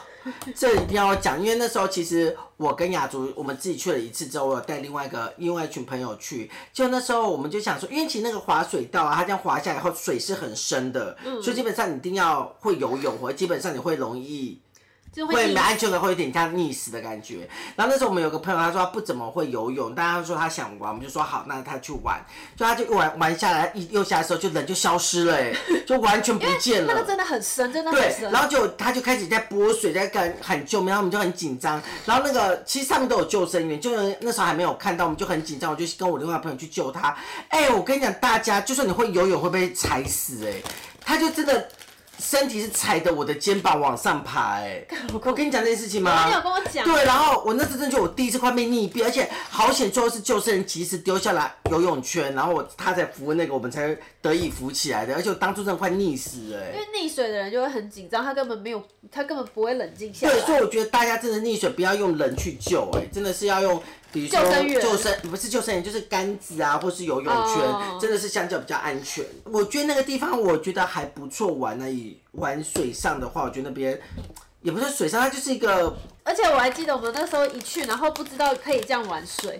Speaker 1: 这一定要讲，因为那时候其实我跟雅竹我们自己去了一次之后，我有带另外一个另外一群朋友去，就那时候我们就想说，因为其实那个滑水道啊，它这样滑下来以后水是很深的，所
Speaker 2: 嗯
Speaker 1: 以基本上你一定要会游泳，或者基本上你会容易
Speaker 2: 就
Speaker 1: 会
Speaker 2: 溺
Speaker 1: 没
Speaker 2: 死
Speaker 1: 安全感，会有点像溺死的感觉。然后那时候我们有个朋友，他说他不怎么会游泳，但他说他想玩，我们就说好，那他去玩。就他就玩玩下来，一又下来的时候，就人就消失了、欸，就完全不见
Speaker 2: 那个
Speaker 1: 了。
Speaker 2: 真的很深，真的很
Speaker 1: 对，
Speaker 2: 深。
Speaker 1: 然后就他就开始在拨水，在跟喊救命，然后我们就很紧张。然后那个其实上面都有救生员，就是那时候还没有看到，我们就很紧张。我就跟我另外朋友去救他。哎、我跟你讲，大家就算你会游泳，会被踩死哎、他就真的身体是踩的我的肩膀往上爬哎、我跟你讲这件事情吗？
Speaker 2: 你有跟我讲
Speaker 1: 对，然后我那次真的就我第一次快被溺毙，而且好险，最后是救生员及时丢下来游泳圈，然后我他才扶那个，我们才得以扶起来的。而且我当初真的快溺死哎、
Speaker 2: 因为溺水的人就会很紧张，他根本没有，他根本不会冷静下
Speaker 1: 对，所
Speaker 2: 来。
Speaker 1: 以我觉得大家真的溺水不要用人去救、哎，真的是要用，比如说
Speaker 2: 救生员
Speaker 1: 救生不是救生员，就是杆子啊，或是游泳圈
Speaker 2: 哦
Speaker 1: 真的是相较比较安全。我觉得那个地方我觉得还不错玩而已。玩水上的话，我觉得那边也不是水上，它就是一个
Speaker 2: 而且我还记得我们那时候一去，然后不知道可以这样玩水，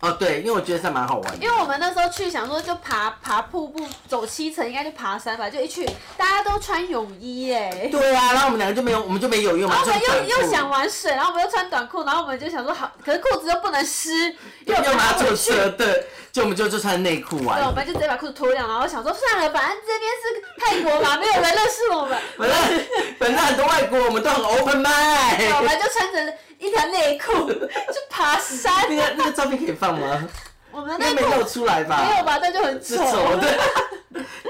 Speaker 1: 哦，对，因为我觉得是蛮好玩的
Speaker 2: 因。为我们那时候去想说就爬爬瀑布，走七层应该就爬山吧，就一去大家都穿泳衣耶、
Speaker 1: 对啊，然后我们两个就没有，我们就没游泳，
Speaker 2: 然后我
Speaker 1: 们
Speaker 2: 们
Speaker 1: 就
Speaker 2: 哦
Speaker 1: 短
Speaker 2: 又又
Speaker 1: 裤
Speaker 2: 想玩水，然后我们又穿短裤，然后我们就想说好，可是裤子又不能湿，又
Speaker 1: 又拿
Speaker 2: 回
Speaker 1: 坐
Speaker 2: 去。
Speaker 1: 车，对，就我们就就穿内裤玩
Speaker 2: 对，我，们就直接把裤子脱掉，然后想说算了，反正这边是泰国嘛，没有人认识我 们，
Speaker 1: 本来本来很多外国我们都很 open
Speaker 2: 对我
Speaker 1: mind。
Speaker 2: 们就穿着一条内裤去爬山
Speaker 1: 那。个那个照片可以放吗？
Speaker 2: 我们
Speaker 1: 应
Speaker 2: 内
Speaker 1: 该
Speaker 2: 裤
Speaker 1: 没露出来吧？
Speaker 2: 没有吧？那就很
Speaker 1: 是
Speaker 2: 丑。
Speaker 1: 丑的。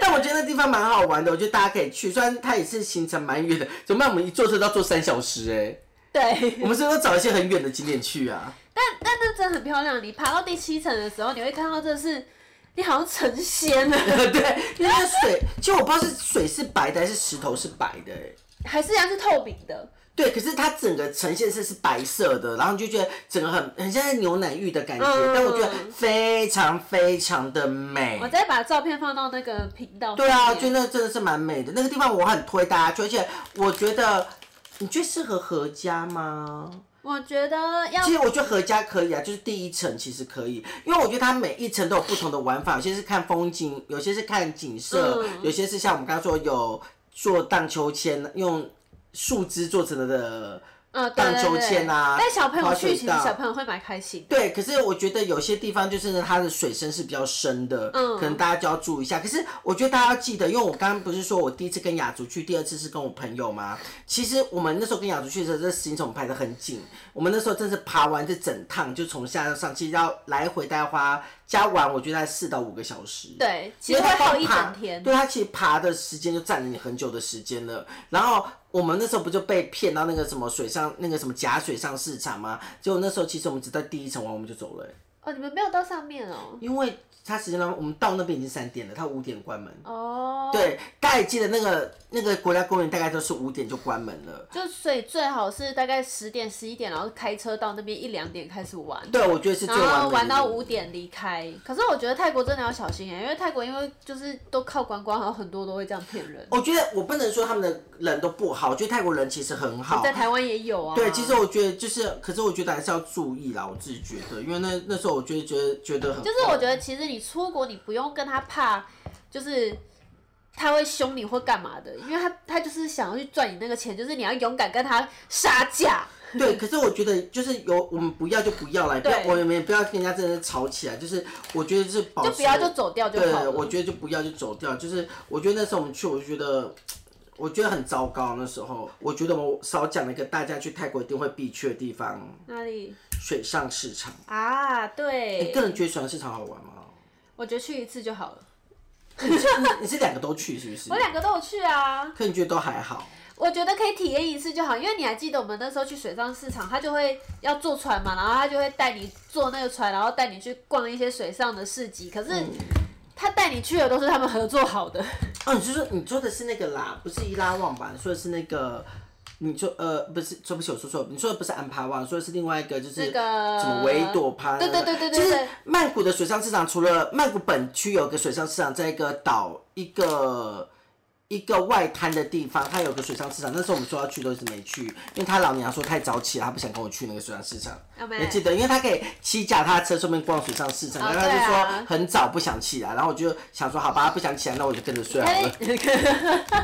Speaker 1: 但我觉得那地方蛮好玩的，我觉得大家可以去。虽然它也是行程蛮远的，怎么办？我们一坐车都要坐三小时哎、
Speaker 2: 对，
Speaker 1: 我们是不是要找一些很远的景点去啊？
Speaker 2: 但但那真的很漂亮。你爬到第七层的时候，你会看到这是你好像成仙了，啊
Speaker 1: 对，因为那水，其实我不知道是水是白的还是石头是白的哎、
Speaker 2: 还是一样是透明的。
Speaker 1: 对，可是它整个呈现是是白色的，然后你就觉得整个很很像是牛奶浴的感觉，
Speaker 2: 嗯
Speaker 1: 但我觉得非常非常的美
Speaker 2: 我。再把照片放到那个频道。
Speaker 1: 对啊，就那真的是蛮美的，那个地方我很推大家去，而且我觉得。你觉得适合合家吗？
Speaker 2: 我觉得要
Speaker 1: 其实我觉得合家可以啊，就是第一层其实可以，因为我觉得它每一层都有不同的玩法，有些是看风景，有些是看景色，
Speaker 2: 嗯
Speaker 1: 有些是像我们刚刚说有做荡秋千，用树枝做成的
Speaker 2: 嗯，对
Speaker 1: 荡
Speaker 2: 对
Speaker 1: 秋
Speaker 2: 对
Speaker 1: 千啊
Speaker 2: 带小朋友
Speaker 1: 滑
Speaker 2: 去，
Speaker 1: 水
Speaker 2: 其实
Speaker 1: 道
Speaker 2: 小朋友会蛮开心的。
Speaker 1: 对，可是我觉得有些地方就是它的水深是比较深的，
Speaker 2: 嗯
Speaker 1: 可能大家就要注意一下。可是我觉得大家要记得，因为我刚刚不是说我第一次跟雅竹去，第二次是跟我朋友嘛。其实我们那时候跟雅竹去的时候，这行程我们排的很紧，我们那时候真是爬完这整趟，就从下到上，其实要来回大概花加完，我觉得大概四到五个小时。
Speaker 2: 对，其
Speaker 1: 因
Speaker 2: 实
Speaker 1: 为
Speaker 2: 会
Speaker 1: 它
Speaker 2: 耗
Speaker 1: 光
Speaker 2: 一
Speaker 1: 爬
Speaker 2: 整天。
Speaker 1: 对，它其实爬的时间就占了你很久的时间了。然后我们那时候不就被骗到那个什么水上那个什么假水上市场吗？结果那时候其实我们只在第一层玩，我们就走了、欸
Speaker 2: 哦，你们没有到上面哦。
Speaker 1: 因为它时间呢，我们到那边已经三点了，它五点关门。
Speaker 2: 哦，，
Speaker 1: 对，大家也记得那个那个国家公园大概都是五点就关门了。
Speaker 2: 就所以最好是大概十点、十一点，然后开车到那边一两点开始玩。
Speaker 1: 对，我觉得是最
Speaker 2: 然
Speaker 1: 完美的
Speaker 2: 后玩到五点离开，可是我觉得泰国真的要小心哎、因为泰国因为就是都靠观光，好像很多都会这样骗人。
Speaker 1: 我觉得我不能说他们的人都不好，我觉得泰国人其实很好
Speaker 2: 在。台湾也有啊。
Speaker 1: 哦对，其实我觉得就是，可是我觉得还是要注意啦，我自己觉得，因为那那时候我就觉得觉得很，
Speaker 2: 就是我觉得其实你出国，你不用跟他怕，就是他会凶你或干嘛的，因为他他就是想要去赚你那个钱，就是你要勇敢跟他杀价。
Speaker 1: 哦对，可是我觉得就是有我们不要就不要啦，不要
Speaker 2: 对
Speaker 1: 我们也不要跟人家真的吵起来，就是我觉哦得是保
Speaker 2: 就
Speaker 1: 持
Speaker 2: 不要就走掉就好
Speaker 1: 对，
Speaker 2: 了。
Speaker 1: 我觉得就不要就走掉。就是我觉得那时候我们去，我就觉得。我觉得很糟糕，那时候我觉得我少讲了一个大家去泰国一定会必去的地方
Speaker 2: 哪里
Speaker 1: ——水上市场。哎
Speaker 2: 啊？对，
Speaker 1: 你个人觉得水上市场好玩吗？
Speaker 2: 我觉得去一次就好了。
Speaker 1: 你是你你是两个都去是不是
Speaker 2: 我？两个都有去啊，
Speaker 1: 可你觉得都还好？
Speaker 2: 我觉得可以体验一次就好，因为你还记得我们那时候去水上市场，他就会要坐船嘛，然后他就会带你坐那个船，然后带你去逛一些水上的市
Speaker 1: 嗯
Speaker 2: 集。可是他带你去的都是他们合作好的，
Speaker 1: 哦，你是说你说的是那个啦，不是伊拉旺吧？你说的是那个，你说呃不是，说不起我说错，你说的不是安帕旺，说的是另外一个就是
Speaker 2: 那个
Speaker 1: 什么维朵帕那
Speaker 2: 对
Speaker 1: 个。
Speaker 2: 对对对对
Speaker 1: 就是
Speaker 2: 对
Speaker 1: 曼谷的水上市场，除了曼谷本区有个水上市场，在一个岛一个。一个外滩的地方，它有个水上市场。那时候我们说要去，都一直没去，因为他老娘说太早起了，他不想跟我去那个水上市场。
Speaker 2: 要不
Speaker 1: 你还
Speaker 2: 然
Speaker 1: 记得，因为他可以骑脚踏车，顺便逛水上市场。
Speaker 2: 哎哦
Speaker 1: 然后他就
Speaker 2: 对啊
Speaker 1: 说很早不想起来，然后我就想说，好吧，不想起来，那我就跟着 睡好了。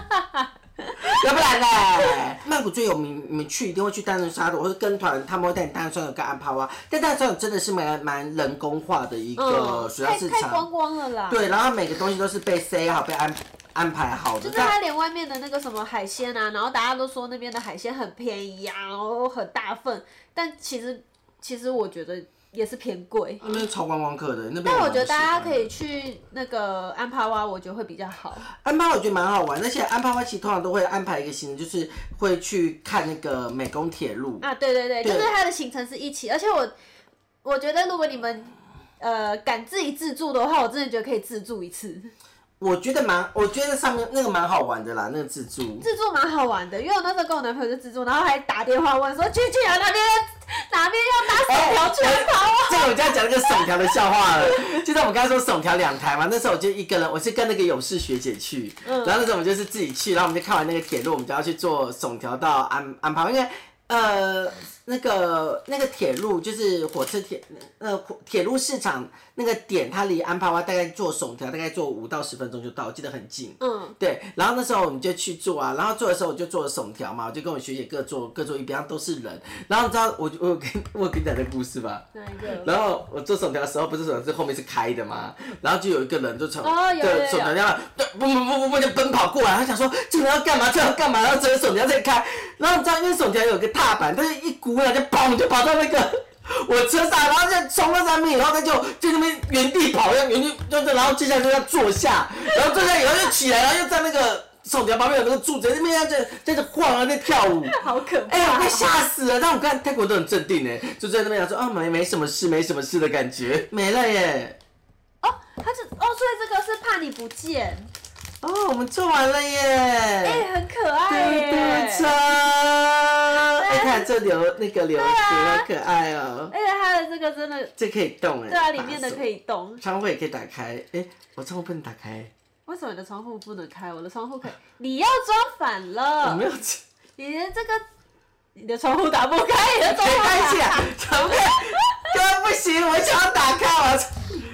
Speaker 1: 要不然呢？曼谷最有名，你们去一定会去丹顿沙的，或者跟团，他们会带你丹顿沙的跟安帕哇。但丹顿沙的真的是蛮蛮人工化的一个
Speaker 2: 嗯，
Speaker 1: 水上
Speaker 2: 太
Speaker 1: 市
Speaker 2: 太光
Speaker 1: 场，
Speaker 2: 光了啦。
Speaker 1: 对，然后每个东西都是被塞好、被安安排好的
Speaker 2: 就。是
Speaker 1: 但
Speaker 2: 他连外面的那个什么海鲜啊，然后大家都说那边的海鲜很便宜啊，然后很大份，但其实其实我觉得也是偏贵。
Speaker 1: 那边超观光客的，那边
Speaker 2: 但我
Speaker 1: 蛮
Speaker 2: 觉得
Speaker 1: 喜欢
Speaker 2: 大家可
Speaker 1: 的
Speaker 2: 以去那个安帕哇，我觉得会比较好。
Speaker 1: 安排我觉得蛮好玩，而且安排花其实通常都会安排一个行程，就是会去看那个美工铁路。
Speaker 2: 啊，对对对，
Speaker 1: 对
Speaker 2: 就是它的行程是一起，而且我我觉得如果你们呃敢自己自助的话，我真的觉得可以自助一次，
Speaker 1: 我觉得蛮，我觉得上面那个蛮好玩的啦，那个自助。
Speaker 2: 自助蛮好玩的。因为我那时候跟我男朋友就自助，然后还打电话问说去去啊哪边哪边要搭手条去安帕哇。
Speaker 1: 这个我就要讲一个耸条的笑话了，就是我们刚才说耸条两台嘛，那时候我就一个人，我是跟那个勇士学姐去，然后那时候我们就是自己去，然后我们就看完那个铁路，我们就要去坐耸条到安安排，因为呃那个那个铁路就是火车铁呃火铁路市场那个点，它离安帕哇大概坐耸条大概坐五到十分钟就到，我记得很近。
Speaker 2: 嗯，
Speaker 1: 对，然后那时候我们就去做啊，然后做的时候我就做了耸条嘛，我就跟我学姐各做各做一边，都是人。然后你知道我我有跟我有跟你讲这个故事吧？
Speaker 2: 哪一 个？
Speaker 1: 然后我做手条的时候，不是手条是后面是开的嘛，然后就有一个人就从
Speaker 2: 哦有有有
Speaker 1: 对手条那样，对，不不不不不就奔跑过来，他想说这个人要干嘛，这 个人要干嘛，然后这个手条在开，然后你知道因为手条有个踏板，但是一股脑就砰就跑到那个 我车上，然后就冲到上面以后，他就就那边原地跑，要原地就是然后接下来就要坐下，然后坐下以后就起来，然后又在那个手条旁边有那个柱子那边就在这晃啊在跳舞。
Speaker 2: 好可怕！
Speaker 1: 哎、 我被吓死了！但我看泰国都很镇定哎，就在那边讲说啊，没没什么事，没什么事的感觉，没了耶。
Speaker 2: 哦，他就哦，所以这个是怕你不见，
Speaker 1: 哦，我们做完了耶！
Speaker 2: 哎、很可
Speaker 1: 嘟
Speaker 2: 爱耶！
Speaker 1: 嘟车，哎、看这流那个流水
Speaker 2: 啊
Speaker 1: 好可爱哦、
Speaker 2: 而且它的这个真的，
Speaker 1: 这可以动哎、
Speaker 2: 对啊，里面的可
Speaker 1: 以。
Speaker 2: 以动。
Speaker 1: 窗户也可以打开，哎、我窗户不能打开，
Speaker 2: 为什么你的窗户不能开？我的窗户可以。你要装反
Speaker 1: 我
Speaker 2: 了
Speaker 1: 没，有。
Speaker 2: 你的这个，你的窗户打不开，你的窗
Speaker 1: 没
Speaker 2: 户
Speaker 1: 关系
Speaker 2: 打
Speaker 1: 啊，窗户根本不行，我想要打开我。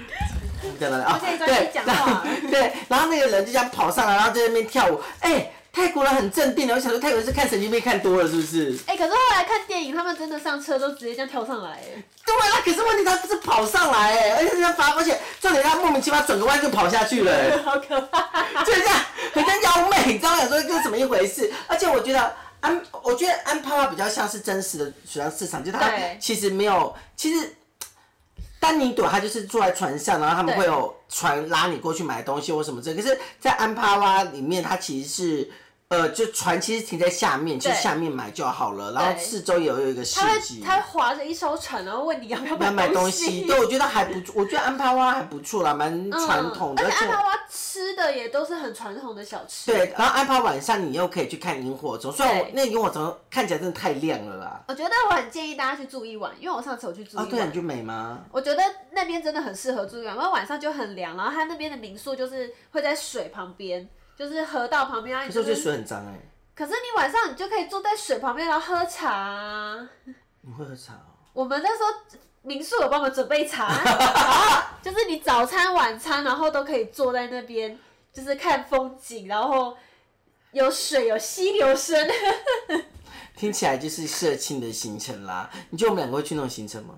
Speaker 1: 对了啊，
Speaker 2: 我可以专心
Speaker 1: 对，
Speaker 2: 讲
Speaker 1: 然后
Speaker 2: 话
Speaker 1: 对，然后那个人就这样跑上来，然后在那边跳舞。哎、泰国人很镇定的，我想说泰国人是看神经病看多了是不是？
Speaker 2: 哎、可是后来看电影，他们真的上车都直接这样跳上来，哎
Speaker 1: 对啊，可是问题他不是跑上来哎、而且他罚，而且重点他莫名其妙转个弯就跑下去了、哎
Speaker 2: 好可怕。
Speaker 1: 就这样很像妖媚，你知道吗？想说这是怎么一回事？而且我觉得安，我觉得安泡泡比较像是真实的水上市场，就它
Speaker 2: 对
Speaker 1: 其实没有，其实丹尼朵他就是坐在船上，然后他们
Speaker 2: 对
Speaker 1: 会有船拉你过去买东西或什么之类。可是，在安帕拉里面，它其实是。呃，就船其实停在下面，去
Speaker 2: 对
Speaker 1: 下面买就好了。然后
Speaker 2: 对
Speaker 1: 四周也有一个市
Speaker 2: 他会
Speaker 1: 集，
Speaker 2: 他会划着一艘船，然后问你要不要
Speaker 1: 买买东西。
Speaker 2: 西。
Speaker 1: 对，我觉得还不错，我觉得安帕拉还不错啦，蛮
Speaker 2: 嗯
Speaker 1: 传统的。
Speaker 2: 而且
Speaker 1: 我
Speaker 2: 安达娃吃的也都是很传统的小吃。，
Speaker 1: 对，然后安排晚上你又可以去看萤火虫，虽然我
Speaker 2: 对
Speaker 1: 那萤火虫看起来真的太亮了啦。
Speaker 2: 我觉得我很建议大家去住一晚，因为我上次有去住
Speaker 1: 哦，
Speaker 2: 一
Speaker 1: 对，
Speaker 2: 晚。
Speaker 1: 你就美吗？
Speaker 2: 我觉得那边真的很适合住一晚，因为晚上就很凉，然后它那边的民宿就是会在水旁边，就是河道旁边，然
Speaker 1: 可
Speaker 2: 后
Speaker 1: 是
Speaker 2: 你就
Speaker 1: 我觉
Speaker 2: 是
Speaker 1: 得水很脏哎、
Speaker 2: 可是你晚上你就可以坐在水旁边，然后喝茶啊。
Speaker 1: 你会喝茶哦？
Speaker 2: 我们那时候民宿有帮我们准备茶，然后 就是你早餐、晚餐，然后都可以坐在那边，就是看风景，然后有水，有溪流声。
Speaker 1: 听起来就是社庆的行程啦。你觉得我们两个会去那种行 程吗？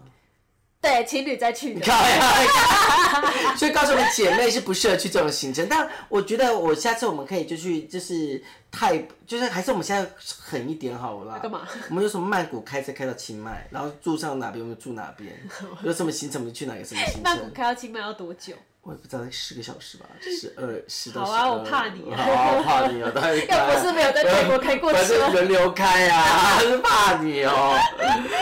Speaker 2: 对，情侣再去的。
Speaker 1: 靠呀！ 所以告诉我们姐妹是不适合去这种行程，但我觉得我下次我们可以就去，就是泰，就是还是我们现在狠一点好了啦。
Speaker 2: 干嘛？
Speaker 1: 我们有什么曼谷开车开到清迈，然后住上哪边我们住哪 边，有什么行程我们就去哪个什么行程。
Speaker 2: 曼谷开到清迈要多久？
Speaker 1: 我也不知道，十个小时吧，十二十到十
Speaker 2: 好啊
Speaker 1: 二。
Speaker 2: 我怕你 啊
Speaker 1: 好啊，我怕 你哦，当然
Speaker 2: 要不是没有在泰国开过车
Speaker 1: 反正轮流开啊， 是怕你哦。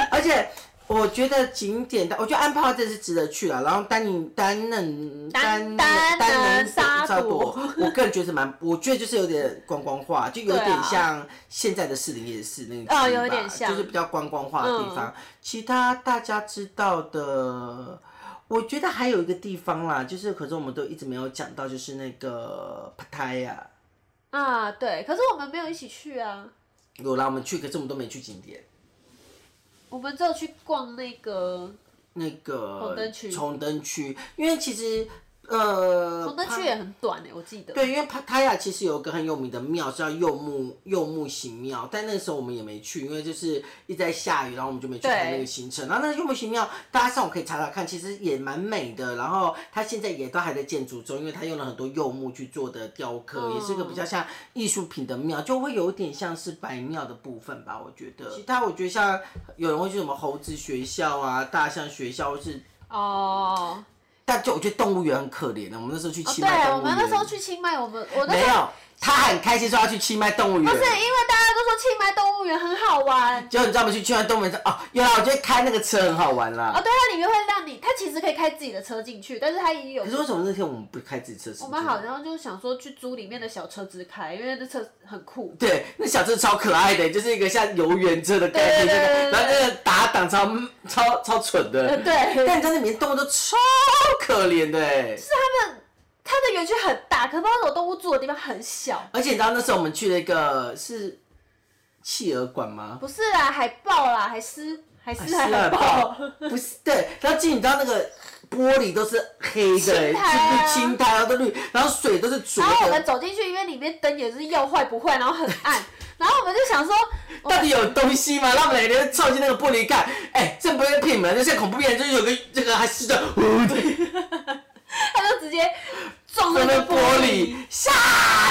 Speaker 1: 而且我觉得景点的，我觉得安泡真是值得去了。然后丹宁丹嫩
Speaker 2: 丹
Speaker 1: 丹
Speaker 2: 丹
Speaker 1: 能
Speaker 2: 能沙
Speaker 1: 沙
Speaker 2: 朵
Speaker 1: 朵，我个人觉得是蛮，我觉得就是有点观光化，就有
Speaker 2: 对啊
Speaker 1: 点像现在的士林夜市那个区
Speaker 2: 哦
Speaker 1: 吧
Speaker 2: 有点像
Speaker 1: 就是比较观光化的地
Speaker 2: 嗯
Speaker 1: 方。其他大家知道的。我觉得还有一个地方啦，就是可是我们都一直没有讲到，就是那个 Pattaya。
Speaker 2: 啊，对，可是我们没有一起去啊，
Speaker 1: 有啦，我们去，可是我们都没去景点。
Speaker 2: 我们只有去逛那个
Speaker 1: 那个
Speaker 2: 红灯区
Speaker 1: 红灯区，因为其实呃，
Speaker 2: 红灯区也很短哎、我记得。
Speaker 1: 对，因为帕塔亚其实有一个很有名的庙叫柚木柚木行庙，但那个时候我们也没去，因为就是一直在下雨，然后我们就没去
Speaker 2: 对
Speaker 1: 看那个行程。然后那个柚木行庙，大家上网可以查查看，其实也蛮美的。然后它现在也都还在建筑中，因为它用了很多柚木去做的雕刻，
Speaker 2: 嗯
Speaker 1: 也是一个比较像艺术品的庙，就会有点像是白庙的部分吧，我觉得。其他我觉得像有人会去什么猴子学校啊、大象学校，或是。
Speaker 2: 哦，
Speaker 1: 但就我觉得动物园很可怜的，我们那时候去
Speaker 2: 哦，
Speaker 1: 清
Speaker 2: 对
Speaker 1: 迈，动
Speaker 2: 我
Speaker 1: 物园。
Speaker 2: 们那时候去清迈，我们我那
Speaker 1: 没
Speaker 2: 时候
Speaker 1: 有，他很开心说要去清迈动物园。
Speaker 2: 不是因为大家都说清迈动物园很好玩。
Speaker 1: 结果你知道我们去清迈动物园哦，原来我觉得开那个车很好玩
Speaker 2: 哦，
Speaker 1: 啦。
Speaker 2: 对，它里面会让你，它其实可以开自己的车进去，但是它也有
Speaker 1: 可。是为什么那天我们不开自己车？
Speaker 2: 我们好。像就想说去租里面的小车子开，因为那车很酷。
Speaker 1: 对，那小车超可爱的，就是一个像游园车的概念，
Speaker 2: 对对对对
Speaker 1: 然后那个打档超超超蠢的，
Speaker 2: 呃，对，
Speaker 1: 但你知道那里面动物都超可怜的哎。
Speaker 2: 它的园区很大，可是那种动物住的地方很小。
Speaker 1: 而且你知道那时候我们去了一个是企鹅馆吗？
Speaker 2: 不是啦，海豹啦，还狮，还狮，
Speaker 1: 啊
Speaker 2: 啊
Speaker 1: 是
Speaker 2: 海
Speaker 1: 海
Speaker 2: 豹
Speaker 1: 豹。不是对，然后进你知道那个玻璃都是黑的、欸，
Speaker 2: 青苔啊
Speaker 1: 是不是青苔，然后都绿，然后水都是浊
Speaker 2: 然后我们
Speaker 1: 的，
Speaker 2: 走进去，因为里面灯也是要坏不坏，然后很暗，然后我们就想说，我
Speaker 1: 到
Speaker 2: 们
Speaker 1: 底有东西吗？让我们两个人凑近那个玻璃盖，哎、这不是骗你们，就像恐怖片，就是有个这个还是的，呜对，
Speaker 2: 他就直接撞
Speaker 1: 那
Speaker 2: 那
Speaker 1: 个
Speaker 2: 个
Speaker 1: 玻璃吓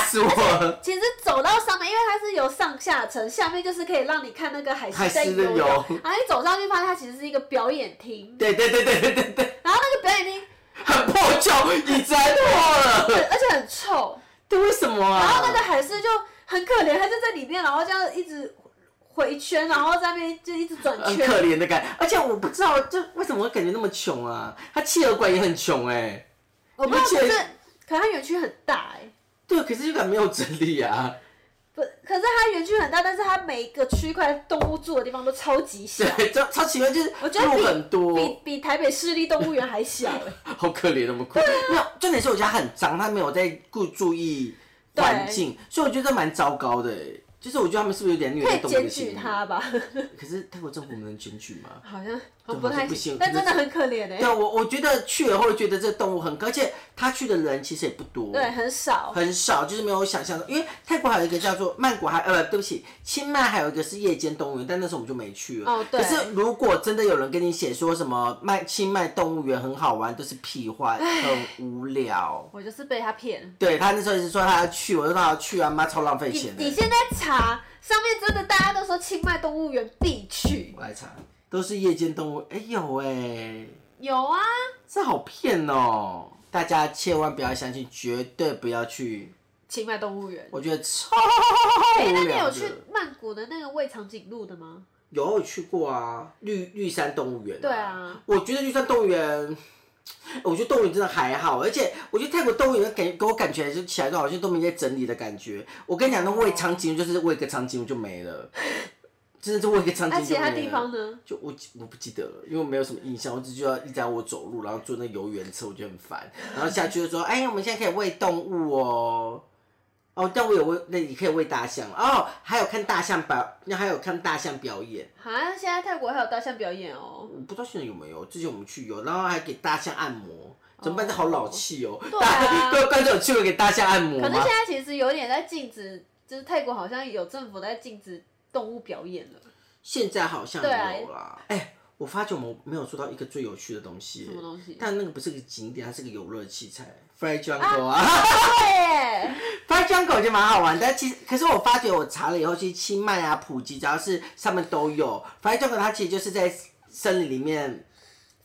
Speaker 1: 死我了，
Speaker 2: 其实走到上面，因为它是有上下层，下面就是可以让你看那个海
Speaker 1: 海
Speaker 2: 狮在
Speaker 1: 狮
Speaker 2: 游
Speaker 1: 的
Speaker 2: 泳。
Speaker 1: 游
Speaker 2: 然后你走上去，发现它其实是一个表演厅，
Speaker 1: 对对对对对对对，
Speaker 2: 然后那个表演厅，
Speaker 1: 很破旧，椅子还破了，
Speaker 2: 而且很臭。
Speaker 1: 对，为什么啊？
Speaker 2: 然后那个海狮就很可怜，它就在里面，然后这样一直回圈，然后在那边就一直转
Speaker 1: 很
Speaker 2: 圈。
Speaker 1: 可怜的感觉，而且我不知道，就为什么会感觉那么穷啊？他企鹅馆也很穷哎、
Speaker 2: 我不知道，可
Speaker 1: 你们
Speaker 2: 是可它园区很大哎、
Speaker 1: 对，啊可是就感没有整理 啊。
Speaker 2: 不，可是它园区很大，但是它每一个区块动物住的地方都超级小，
Speaker 1: 对，超超奇怪，就是
Speaker 2: 我觉得比
Speaker 1: 路很
Speaker 2: 比
Speaker 1: 多，
Speaker 2: 比台北市立动物园还小 哎、
Speaker 1: 好可怜，那么酷。
Speaker 2: 啊
Speaker 1: 没有，重点是我家很脏，他没有在顾注意环境，所以我觉得蛮糟糕的。欸就是我觉得他们是不是有点虐
Speaker 2: 可
Speaker 1: 待
Speaker 2: 以
Speaker 1: 动物
Speaker 2: 检
Speaker 1: 的心
Speaker 2: 举
Speaker 1: 理？
Speaker 2: 他吧？
Speaker 1: 可是泰国政府能检举吗？
Speaker 2: 好像好
Speaker 1: 对
Speaker 2: 不
Speaker 1: 好
Speaker 2: 太
Speaker 1: 像不
Speaker 2: 行
Speaker 1: 行，
Speaker 2: 但真的很可怜哎、
Speaker 1: 对，啊我我觉得去了会觉得这动物很可，而且他去的人其实也不多，
Speaker 2: 对，，很少。
Speaker 1: 很少，就是没有想象的。因为泰国还有一个叫做曼谷还，呃，对不起，清迈还有一个是夜间动物园，但那时候我们就没去了。
Speaker 2: 哦对
Speaker 1: 可是如果真的有人跟你写说什么曼清迈动物园很好玩，都是屁话，很无聊。
Speaker 2: 我就是被他骗。
Speaker 1: 对他那时候一直说他要去，我就让他去啊，妈超浪费
Speaker 2: 你
Speaker 1: 钱的
Speaker 2: 你。现在查上面真的大家都说清迈动物园必去，
Speaker 1: 我来查，都是夜间动物，哎、有哎、
Speaker 2: 有啊，
Speaker 1: 这好骗哦！大家千万不要相信，绝对不要去，
Speaker 2: 清迈动物园。
Speaker 1: 我觉得超
Speaker 2: 哎、
Speaker 1: 无
Speaker 2: 那你
Speaker 1: 聊
Speaker 2: 有
Speaker 1: 的。
Speaker 2: 去曼谷的那个胃长颈鹿的吗？
Speaker 1: 有我有去过啊，绿绿山动物园、
Speaker 2: 对，啊，
Speaker 1: 我觉得绿山动物园，我觉得动物园真的还好，而且我觉得泰国动物园给给我感觉就起来都好像都没在整理的感觉。我跟你讲，那喂长颈鹿就是喂个长颈鹿就没 了，真的就喂个长颈
Speaker 2: 那、
Speaker 1: 鹿
Speaker 2: 啊其
Speaker 1: 就没
Speaker 2: 他
Speaker 1: 了。
Speaker 2: 地方呢？
Speaker 1: 就我我不记得了，因为我没有什么印象，我只知道一直在我走路，然后坐那游园车，我觉得很烦。然后下去就说：“哎，我们现在可以喂动物哦。”哦，但我有喂，那你可以喂大象哦，还有看大象表，那还有看大象表演。
Speaker 2: 啊，现在泰国还有大象表演哦。
Speaker 1: 我不知道现在有没有，之前我们去有，然后还给大象按摩，怎么办？
Speaker 2: 哦
Speaker 1: 这好老气哦！
Speaker 2: 对
Speaker 1: 大
Speaker 2: 啊
Speaker 1: 家各位 观众有去过给大象按摩
Speaker 2: 可是
Speaker 1: 吗
Speaker 2: 现？在其实有点在禁止，就是泰国好像有政府在禁止动物表演了。
Speaker 1: 现在好像
Speaker 2: 对啊
Speaker 1: 有啦。哎、我发觉我们没有说到一个最有趣的东西
Speaker 2: 什，么东西？
Speaker 1: 但那个不是个景点，它是个游乐器材 f r e Jungle 啊
Speaker 2: 对耶，
Speaker 1: 翻江口就蛮好玩，但其实可是我发觉我查了以后，其实清迈啊、普吉，只要是上面都有。翻江口它其实就是在森林里面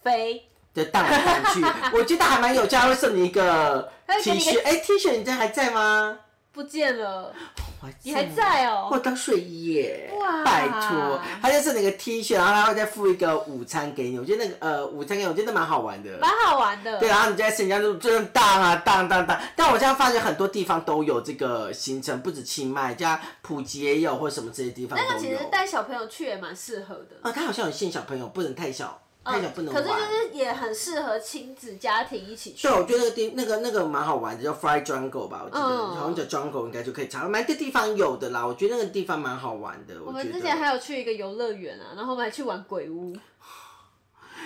Speaker 2: 飞，
Speaker 1: 的荡来荡去， 我觉得还蛮有趣，它会送你一个
Speaker 2: 它会给
Speaker 1: T
Speaker 2: 你一个
Speaker 1: 恤，哎、t 恤你这还在吗？
Speaker 2: 不见了，
Speaker 1: 我
Speaker 2: 你还在哦、
Speaker 1: 我当睡衣耶！
Speaker 2: 哇
Speaker 1: 拜托，它就是那个 T 恤，然后它会再附一个午餐给你，我觉得那个呃午餐给你，我觉得蛮好玩的。
Speaker 2: 蛮好玩的。
Speaker 1: 对，然啊后你就在新疆就这样荡啊荡荡荡。但我现在发觉很多地方都有这个行程，不止清迈，加普吉也有，或什么这些地方
Speaker 2: 哎那个
Speaker 1: 都
Speaker 2: 其
Speaker 1: 有
Speaker 2: 实。带小朋友去也蛮适合的。
Speaker 1: 啊，它好像有限小朋友，不能太小，太小不能
Speaker 2: 哦可
Speaker 1: 玩。
Speaker 2: 是就是也很适合亲子家庭一起去
Speaker 1: 对，。我觉得那个地那个那个蛮好玩的，叫 Fry Jungle 吧，我记得、
Speaker 2: 嗯
Speaker 1: 好像叫 Jungle 应该就可以查，蛮多地方有的啦。我觉得那个地方蛮好玩的。
Speaker 2: 我
Speaker 1: 我
Speaker 2: 们
Speaker 1: 觉
Speaker 2: 之前
Speaker 1: 得
Speaker 2: 还有去一个游乐园啊，然后我们还去玩鬼屋，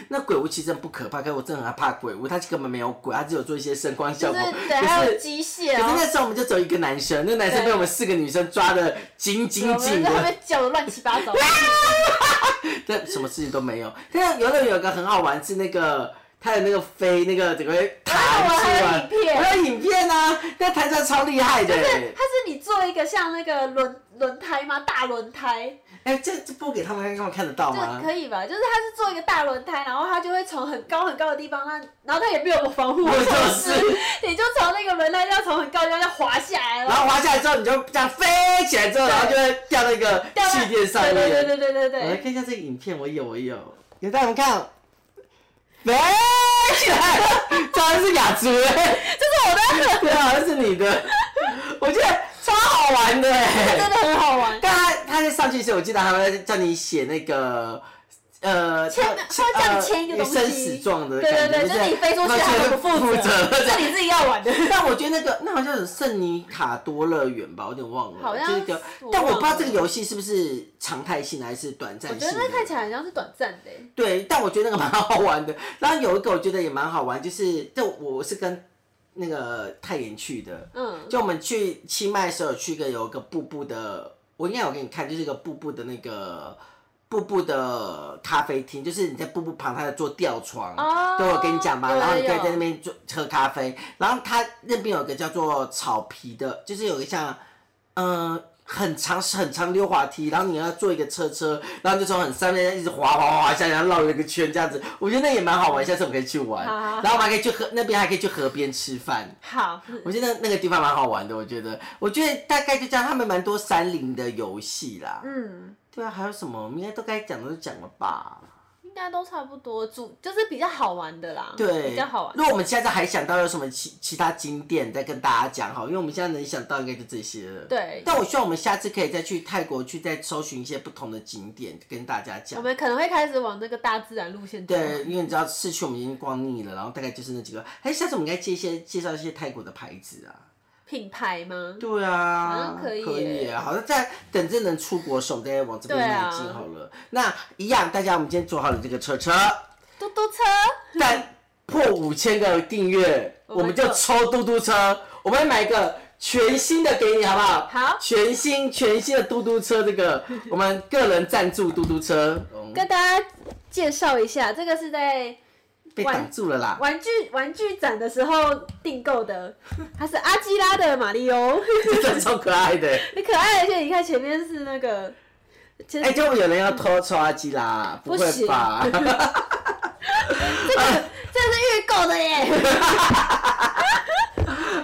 Speaker 1: 那鬼屋其实真的不可怕，可是我真的很害怕鬼屋，它根本没有鬼，它只有做一些声光效
Speaker 2: 就
Speaker 1: 果。
Speaker 2: 是对，
Speaker 1: 可
Speaker 2: 还有
Speaker 1: 是
Speaker 2: 机械
Speaker 1: 可是
Speaker 2: 哦、
Speaker 1: 那时候我们就只有一个男生，那个男生被我们四个女生抓的紧紧
Speaker 2: 我们
Speaker 1: 紧
Speaker 2: 在后
Speaker 1: 的，
Speaker 2: 面叫的乱七八糟。
Speaker 1: 但什么事情都没有。但是游乐园有一个很好玩，是那个它有那个飞，那个整个会弹
Speaker 2: 我
Speaker 1: 出
Speaker 2: 还有
Speaker 1: 来，
Speaker 2: 影片
Speaker 1: 还有影片啊，那弹出来超厉害的。
Speaker 2: 它是你做一个像那个轮轮胎吗？大轮胎，
Speaker 1: 哎、这这播给他们看，他们看得到
Speaker 2: 这
Speaker 1: 吗？
Speaker 2: 可以吧？就是它是做一个大轮胎，然后它就会从很高很高的地方，那然后它也没有防护
Speaker 1: 我就
Speaker 2: 措施
Speaker 1: 是，
Speaker 2: 你就从那个轮胎要从很高的地方要滑下来
Speaker 1: 然
Speaker 2: 了，
Speaker 1: 后滑下来之后，你就这样飞起来之后，
Speaker 2: 对
Speaker 1: 然后就会掉到一个
Speaker 2: 掉到
Speaker 1: 气垫上面。
Speaker 2: 对对对对对对
Speaker 1: 我来
Speaker 2: 对，
Speaker 1: 看一下这个影片，我有我有，给大家看。飞起来，这好像是雅竹哎，这是我的，对，好像是你的，我觉得超好玩的哎。
Speaker 2: 真的很好玩。
Speaker 1: 但他他在上去的时候，我记得还会叫你写那个。呃，
Speaker 2: 签
Speaker 1: 他
Speaker 2: 他会叫你签一
Speaker 1: 呃
Speaker 2: 个东西
Speaker 1: 生死状的
Speaker 2: 对对
Speaker 1: 感觉，
Speaker 2: 对，就是你飞出去，他们不负
Speaker 1: 责
Speaker 2: 责，
Speaker 1: 这样
Speaker 2: 是你自己要玩的。
Speaker 1: 但我觉得那个那好像是圣尼卡多乐园吧，我有点忘了，
Speaker 2: 好像
Speaker 1: 就是一个
Speaker 2: 我忘了，
Speaker 1: 但我不知道这个游戏是不是常态性的还是短
Speaker 2: 我
Speaker 1: 暂
Speaker 2: 觉
Speaker 1: 性
Speaker 2: 得那看
Speaker 1: 的。
Speaker 2: 起来很像是短暂的欸，
Speaker 1: 对，但我觉得那个蛮好玩的。然后有一个我觉得也蛮好玩，就是就我是跟那个泰妍去的，
Speaker 2: 嗯，
Speaker 1: 就我们去清迈的时候有去一个有一个瀑布的，我应该有给你看，就是一个瀑布的那个瀑布的咖啡厅，就是你在瀑布旁，它在做吊床。
Speaker 2: 哦
Speaker 1: 对，我跟你讲吧，
Speaker 2: 有
Speaker 1: 然后你可以
Speaker 2: 有
Speaker 1: 在那边坐喝咖啡，然后它那边有个叫做草皮的，就是有个像，嗯、很长很长溜滑梯，然后你要坐一个车车，然后就从很上面一直滑滑滑滑下来，然后绕了一个圈这样子，我觉得那也蛮好玩，下次我们可以去玩，
Speaker 2: 好好好
Speaker 1: 然后我们还可以去河那边还可以去河边吃饭，
Speaker 2: 好，
Speaker 1: 我觉得那个地方蛮好玩的，我觉得，我觉得大概就这样，他们蛮多山林的游戏啦，
Speaker 2: 嗯，
Speaker 1: 对啊，还有什么我们应该都该讲的都讲了吧，
Speaker 2: 应应该都差不多，主就是比较好玩的啦，
Speaker 1: 对，
Speaker 2: 比较好玩
Speaker 1: 如。果我们现在还想到有什么其其他景点，再跟大家讲哈，因为我们现在能想到应该就这些了。。
Speaker 2: 对，
Speaker 1: 但我希望我们下次可以再去泰国去再搜寻一些不同的景点跟大家
Speaker 2: 我
Speaker 1: 讲。
Speaker 2: 们可能会开始往这个大自然路线走。
Speaker 1: 对，因为你知道市区我们已经逛腻了，然后大概就是那几个。哎，下次我们应该介一些介绍一些泰国的牌子啊。
Speaker 2: 品牌吗？
Speaker 1: 对
Speaker 2: 好
Speaker 1: 啊
Speaker 2: 像，可以
Speaker 1: 可以
Speaker 2: 耶
Speaker 1: 啊，好像在等这能出国手再往这边
Speaker 2: 对
Speaker 1: 迈
Speaker 2: 啊
Speaker 1: 进好了。那一样，大家我们今天做好了这个车车，
Speaker 2: 嘟嘟车，
Speaker 1: 但破五千个订阅，
Speaker 2: 我
Speaker 1: 我
Speaker 2: 们
Speaker 1: 们就
Speaker 2: 就
Speaker 1: 抽嘟嘟车，我们买一个全新的给你，好不好？
Speaker 2: 好
Speaker 1: 全新全新的嘟嘟车，这个我们个人赞助嘟嘟车，嗯
Speaker 2: 跟大家介绍一下，这个是在
Speaker 1: 被挡住了啦。
Speaker 2: 玩具玩具展的时候订购的，它是阿基拉的马里奥，
Speaker 1: 真的超可爱的，
Speaker 2: 很可爱，而且你看前面是那个，其
Speaker 1: 哎、
Speaker 2: 实
Speaker 1: 就有人要偷抽阿基啦，不
Speaker 2: 不
Speaker 1: 会
Speaker 2: 行
Speaker 1: 吧？
Speaker 2: 这是预购的耶。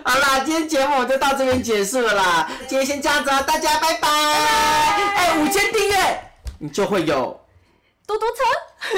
Speaker 1: 好啦，今天节目就到这边结束了啦，今天先这样子哦，大家拜拜。哎、五千订阅，你就会有。
Speaker 2: 嘟嘟车，